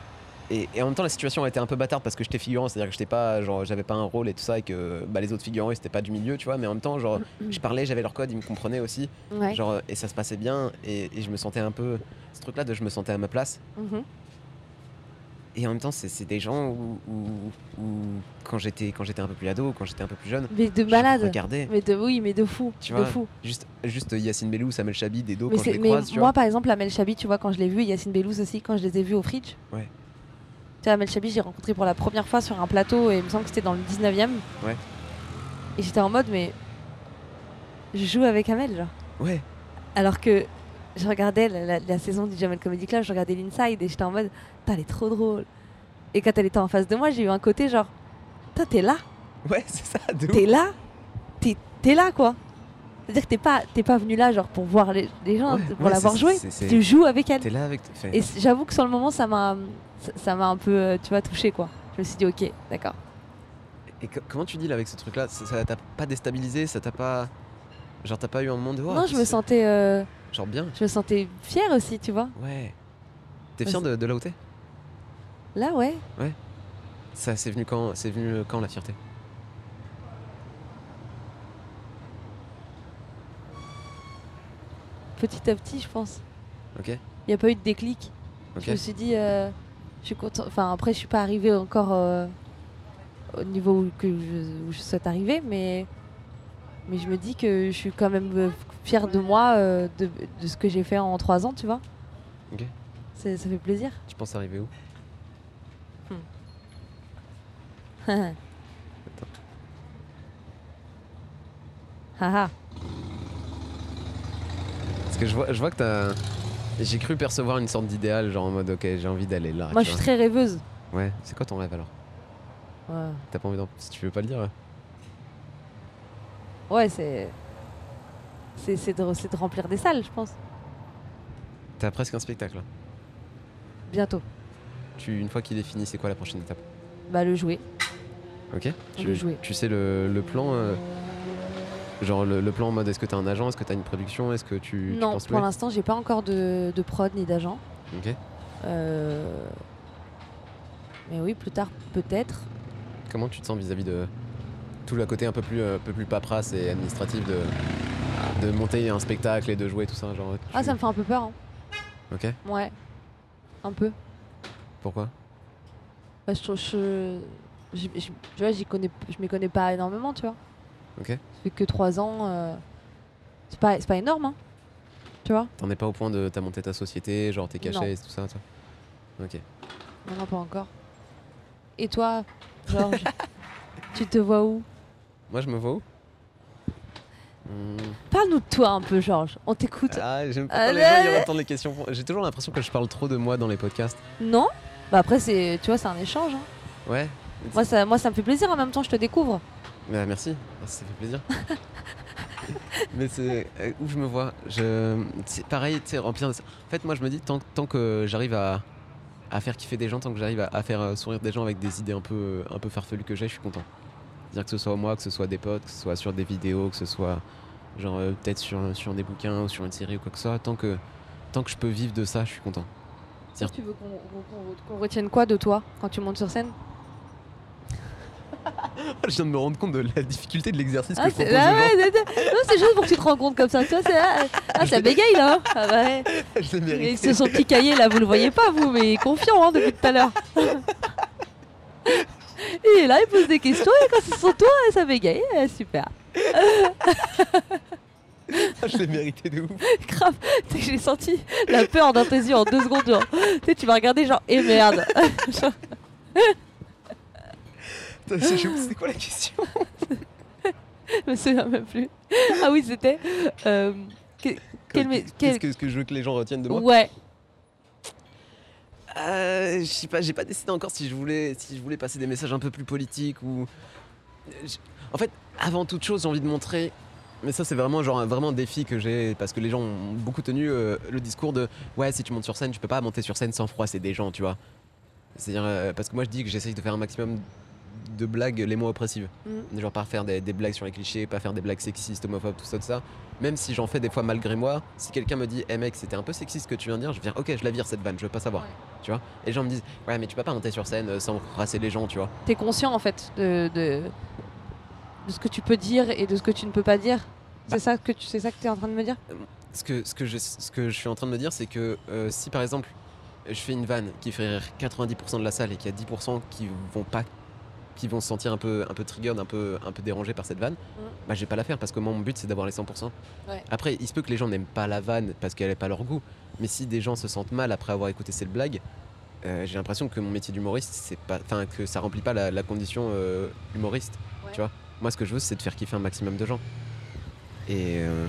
Et, et en même temps, la situation a été un peu bâtarde parce que j'étais figurant, c'est-à-dire que j'étais pas, genre, j'avais pas un rôle et tout ça, et que bah, les autres figurants, ils étaient pas du milieu, tu vois. Mais en même temps, genre, je parlais, j'avais leur code, ils me comprenaient aussi, Mm-hmm. Ouais. genre, et ça se passait bien, et, et je me sentais un peu ce truc-là de je me sentais à ma place. Mhm. Et en même temps, c'est c'est des gens où, où- où quand j'étais, quand j'étais un peu plus ado, quand j'étais un peu plus jeune, Mais de je malade. regardais Mais de oui, mais de fou. Tu de vois, fou. juste, juste Yacine Bellou, Samuel Chabi, Dedo Mais, quand je c'est- les mais croise, tu moi, par exemple, Amel Chabi, tu vois, quand je l'ai vu, et Yacine Bellouz aussi, quand je les ai vus au Fridge. Ouais. Tu vois, Amel Chabi, j'ai rencontré pour la première fois sur un plateau, et il me semble que c'était dans le 19 e Ouais. Et j'étais en mode, mais. Je joue avec Amel, genre. vois. Ouais. [laughs] Alors que je regardais la, la- la saison du Jamel Comedy Club, je regardais l'Inside et j'étais en mode, putain, elle est trop drôle. Et quand elle était en face de moi, j'ai eu un côté genre, putain, t'es là, Ouais, c'est ça, de ouf. t'es là, t'es t'es là quoi. C'est-à-dire que t'es pas, t'es pas venu là genre pour voir les, les gens, Ouais, pour ouais, la voir c'est- jouer. c'est- c'est- Tu joues avec elle. T'es là avec. enfin, Et c- j'avoue que sur le moment, ça m'a, ça- ça m'a un peu, euh, tu vois, touché quoi. Je me suis dit, ok, d'accord. Et co- comment tu deals avec ce truc-là Ça ça t'a pas déstabilisé Ça t'a pas. Genre, t'as pas eu un moment de. Oh, non, je me c'est- sentais, euh, Genre bien je me sentais fière aussi, tu vois. Ouais. T'es Ouais, fier de, de là où t'es Là, ouais. Ça, c'est venu quand C'est venu euh, quand la fierté petit à petit, je pense. Ok. Il n'y a pas eu de déclic. Ok. Je me suis dit, euh, je suis content. Enfin, après, je suis pas arrivée encore euh, au niveau où, que je, où je souhaite arriver, mais mais je me dis que je suis quand même euh, fière de moi, euh, de, de ce que j'ai fait en trois ans, tu vois. Ok. C'est- Ça fait plaisir. [laughs] Tu penses arriver où Haha. Ah, Parce que je vois, je vois que t'as. J'ai cru percevoir une sorte d'idéal, genre en mode ok, j'ai envie d'aller là. Moi, tu je suis vois. très rêveuse. Ouais, c'est quoi ton rêve alors Ouais, T'as pas envie d'en. Si tu veux pas le dire. euh, Ouais, c'est c'est c'est de, c'est de remplir des salles, je pense. T'as presque un spectacle là. Bientôt. Tu, une fois qu'il est fini, c'est quoi la prochaine étape Bah, le jouer. Ok On peut jouer. tu, tu sais le, le plan. euh, Genre le, le plan en mode est-ce que t'as un agent, est-ce que t'as une production, est-ce que tu, tu non, penses pour louer l'instant, j'ai pas encore de, de prod ni d'agent. Ok. Euh, Mais oui, plus tard peut-être. Comment tu te sens vis-à-vis de tout le côté un peu plus, euh, un peu plus paperasse et administratif de, de monter un spectacle et de jouer tout ça genre, Ah, tu- ça me fait un peu peur. hein. Ok, Ouais, un peu. pourquoi Bah, je trouve je, je, je- tu vois, j'y connais, je m'y connais pas énormément, tu vois. Ok. Ça fait que 3 ans. euh, C'est pas, c'est pas énorme, hein. Tu vois T'en es pas au point de t'as monté ta société, genre tes Non. cachets et tout ça toi Ok. Non, non, pas encore. Et toi, [laughs] Georges, tu te vois où Moi je me vois où Hmm. Parle-nous de toi un peu, Georges. On t'écoute. Ah, j'aime pas Ah, quand les là, gens ils là. retournent les questions. J'ai toujours l'impression que je parle trop de moi dans les podcasts. Non Bah après, c'est, tu vois, c'est un échange. hein. Ouais Moi ça, moi, ça me fait plaisir en même temps, je te découvre. Bah, merci, ça fait [laughs] plaisir. Mais c'est euh, où je me vois. Je, c'est pareil, tu sais, remplir. de- En fait, moi, je me dis tant, tant que j'arrive à, à faire kiffer des gens, tant que j'arrive à, à faire euh, sourire des gens avec des idées un peu, un peu farfelues que j'ai, je suis content. C'est-à-dire que ce soit moi, que ce soit des potes, que ce soit sur des vidéos, que ce soit genre euh, peut-être sur, sur des bouquins ou sur une série ou quoi que ce soit, tant que, tant que je peux vivre de ça, je suis content. Tiens. Tu veux qu'on qu'on- qu'on retienne quoi de toi quand tu montes sur scène [laughs] je viens de me rendre compte de la difficulté de l'exercice Ah, c'est ah ouais, c'est- c'est- non, c'est juste pour que tu te rendes compte comme ça. Toi, c'est ah, ah, ça bégaye là. hein. Ah bah ouais. [laughs] je le Et c'est son petit cahier là, vous le voyez pas vous, mais il est confiant hein, depuis tout à l'heure. il est là, il pose des questions et quand c'est sur toi, ça bégaye. Ah, super. Ah, je l'ai mérité de ouf. Grave, [laughs] Tu sais que j'ai senti la peur dans tes yeux en deux secondes. Genre. Tu sais, tu m'as regardé genre, eh merde. [laughs] Genre, C'est quoi la question je me souviens même plus. Ah oui, c'était. euh, que- quel mé- quel- Qu'est-ce que, ce que je veux que les gens retiennent de moi Ouais, Euh, Je sais pas, j'ai pas décidé encore si je voulais, si je voulais passer des messages un peu plus politiques ou. je- En fait, avant toute chose, j'ai envie de montrer. Mais ça, c'est vraiment genre un- vraiment un défi que j'ai parce que les gens ont beaucoup tenu euh, le discours de ouais, si tu montes sur scène, tu peux pas monter sur scène sans froid, c'est des gens, tu vois. C'est-à-dire euh, parce que moi, je dis que j'essaye de faire un maximum de blagues les moins oppressives. Mm. Genre pas faire des, des blagues sur les clichés, pas faire des blagues sexistes, homophobes, tout ça, tout ça. Même si j'en fais des fois malgré moi, si quelqu'un me dit, hey mec, c'était un peu sexiste ce que tu viens de dire, je vais dire, ok, je la vire cette vanne, je veux pas savoir. Ouais. Tu vois Et les gens me disent, ouais, mais tu peux pas monter sur scène euh, sans rasser les gens, tu vois. t'es conscient en fait de, de, de ce que tu peux dire et de ce que tu ne peux pas dire. C'est ça que tu c'est ça que t'es en train de me dire Ce que, ce que, je, ce que je suis en train de me dire, c'est que euh, si par exemple, je fais une vanne qui fait rire 90% de la salle et qu'il y a 10% qui vont pas qui vont se sentir un peu un peu triggered, un peu un peu dérangés par cette vanne, Mhm. bah je vais pas la faire parce que moi mon but c'est d'avoir les 100%. Ouais. Après, il se peut que les gens n'aiment pas la vanne parce qu'elle est pas leur goût, mais si des gens se sentent mal après avoir écouté cette blague, euh, j'ai l'impression que mon métier d'humoriste c'est pas enfin que ça remplit pas la, la condition euh, humoriste, Ouais. tu vois. Moi ce que je veux c'est de faire kiffer un maximum de gens. Et euh,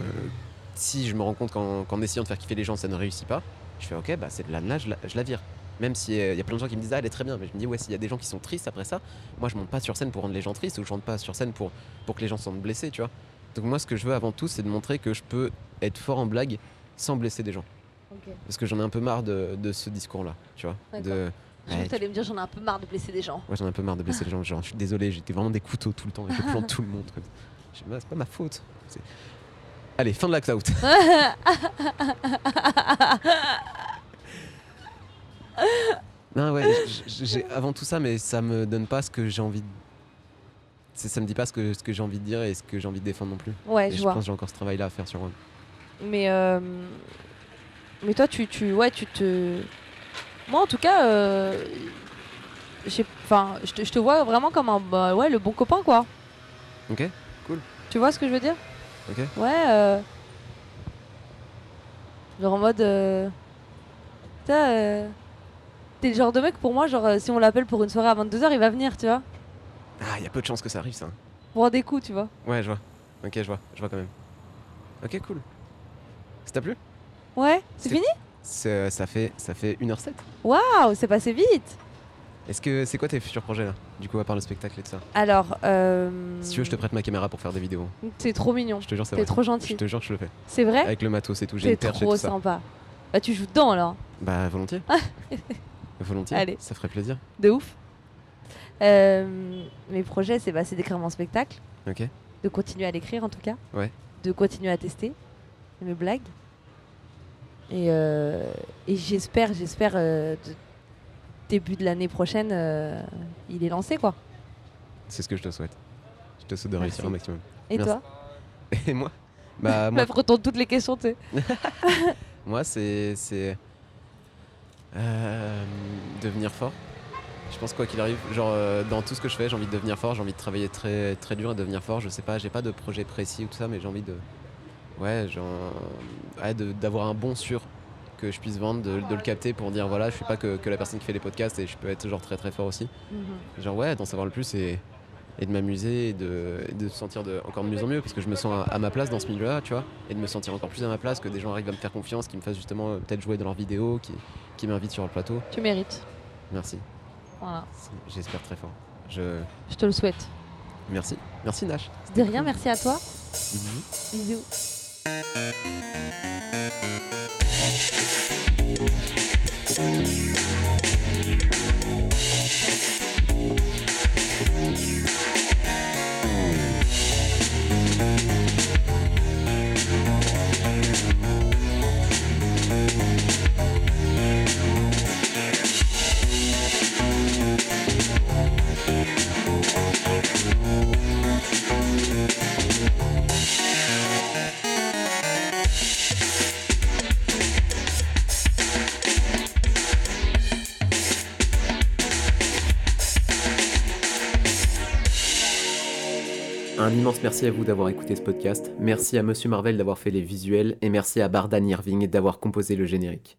si je me rends compte qu'en qu'en essayant de faire kiffer les gens ça ne réussit pas, je fais OK, bah cette vanne-là je la- je la vire. Même s'il y a plein de gens qui me disent ah, elle est très bien, mais je me dis ouais s'il y a des gens qui sont tristes après ça, moi je monte pas sur scène pour rendre les gens tristes ou je rentre pas sur scène pour, pour que les gens se sentent blessés, tu vois. Donc moi ce que je veux avant tout c'est de montrer que je peux être fort en blague sans blesser des gens. Parce que j'en ai un peu marre de, de ce discours-là, tu vois. De, Je ouais, que t'allais me dire j'en ai un peu marre de blesser des gens. moi j'en ai un peu marre de blesser les gens, genre je suis désolé, j'étais vraiment des couteaux tout le temps et je plante tout le monde. quoi. Je sais pas, C'est pas ma faute. C'est- Allez, fin de l'act [laughs] out. Non, ouais, j- j- j'ai avant tout ça, mais ça me donne pas ce que j'ai envie de. c'est- Ça me dit pas ce que, ce que j'ai envie de dire et ce que j'ai envie de défendre non plus. ouais, Et je je vois. pense que j'ai encore ce travail là à faire sur moi. Mais euh, mais toi tu tu ouais, tu te Moi en tout cas euh, j'ai- enfin, je te je te vois vraiment comme un bah, ouais, le bon copain quoi. Ok, Tu vois ce que je veux dire Ok. Ouais. Euh... Genre en mode. Euh... putain, euh, T'es le genre de mec pour moi, genre euh, si on l'appelle pour une soirée à 22h, il va venir, tu vois. Ah, il y a peu de chances que ça arrive ça. Pour des coups, tu vois. Ouais, je vois. Ok, je vois, je vois quand même. Ok, cool. Ça t'a plu Ouais, c'est C'est- fini C'est- Ça fait, ça fait 1h07. Waouh, c'est passé vite Est-ce que c'est quoi tes futurs projets là Du coup, à part le spectacle et tout ça. Alors. Euh... Si tu veux, je te prête ma caméra pour faire des vidéos. T'es trop mignon. Je te jure, c'est T'es vrai. trop Je gentil. te jure que je le fais. C'est vrai Avec le matos et tout, j'ai T'es une perche et trop tout ça. sympa. Bah, tu joues dedans alors. Bah, volontiers. [laughs] volontiers. Allez. Ça ferait plaisir. De ouf. Euh, Mes projets, c'est bah, c'est d'écrire mon spectacle. Ok. de continuer à l'écrire en tout cas, Ouais. de continuer à tester mes blagues. Et, euh, et j'espère, j'espère, euh, de- début de l'année prochaine, euh, il est lancé quoi. C'est ce que je te souhaite. Je te souhaite de Merci. réussir un maximum. [laughs] Et Merci. toi Et moi [laughs] Bah, moi, Meuf retourne toutes les questions, tu sais. Moi, c'est. c'est, euh, devenir fort. Je pense quoi qu'il arrive, genre euh, dans tout ce que je fais, j'ai envie de devenir fort, j'ai envie de travailler très très dur et devenir fort. Je sais pas, j'ai pas de projet précis ou tout ça, mais j'ai envie de, ouais, genre, ouais, de- d'avoir un bon sur que je puisse vendre, de, de le capter pour dire voilà, je suis pas que, que la personne qui fait les podcasts et je peux être genre très très fort aussi. Mm-hmm. Genre ouais, d'en savoir le plus et, et de m'amuser et de, et de se sentir de, encore de mieux en mieux parce que je me sens à, à ma place dans ce milieu-là, tu vois, et de me sentir encore plus à ma place, que des gens arrivent à me faire confiance, qui me fassent justement euh, peut-être jouer dans leurs vidéos, qui, qui m'invitent sur le plateau. Tu mérites. Merci, Voilà. C'est- j'espère très fort. Je... Je te le souhaite. Merci, Merci Nash. De rien, merci à toi. Mmh. Bisous. Un immense merci à vous d'avoir écouté ce podcast. Merci à Monsieur Marvel d'avoir fait les visuels et merci à Bardan Irving d'avoir composé le générique.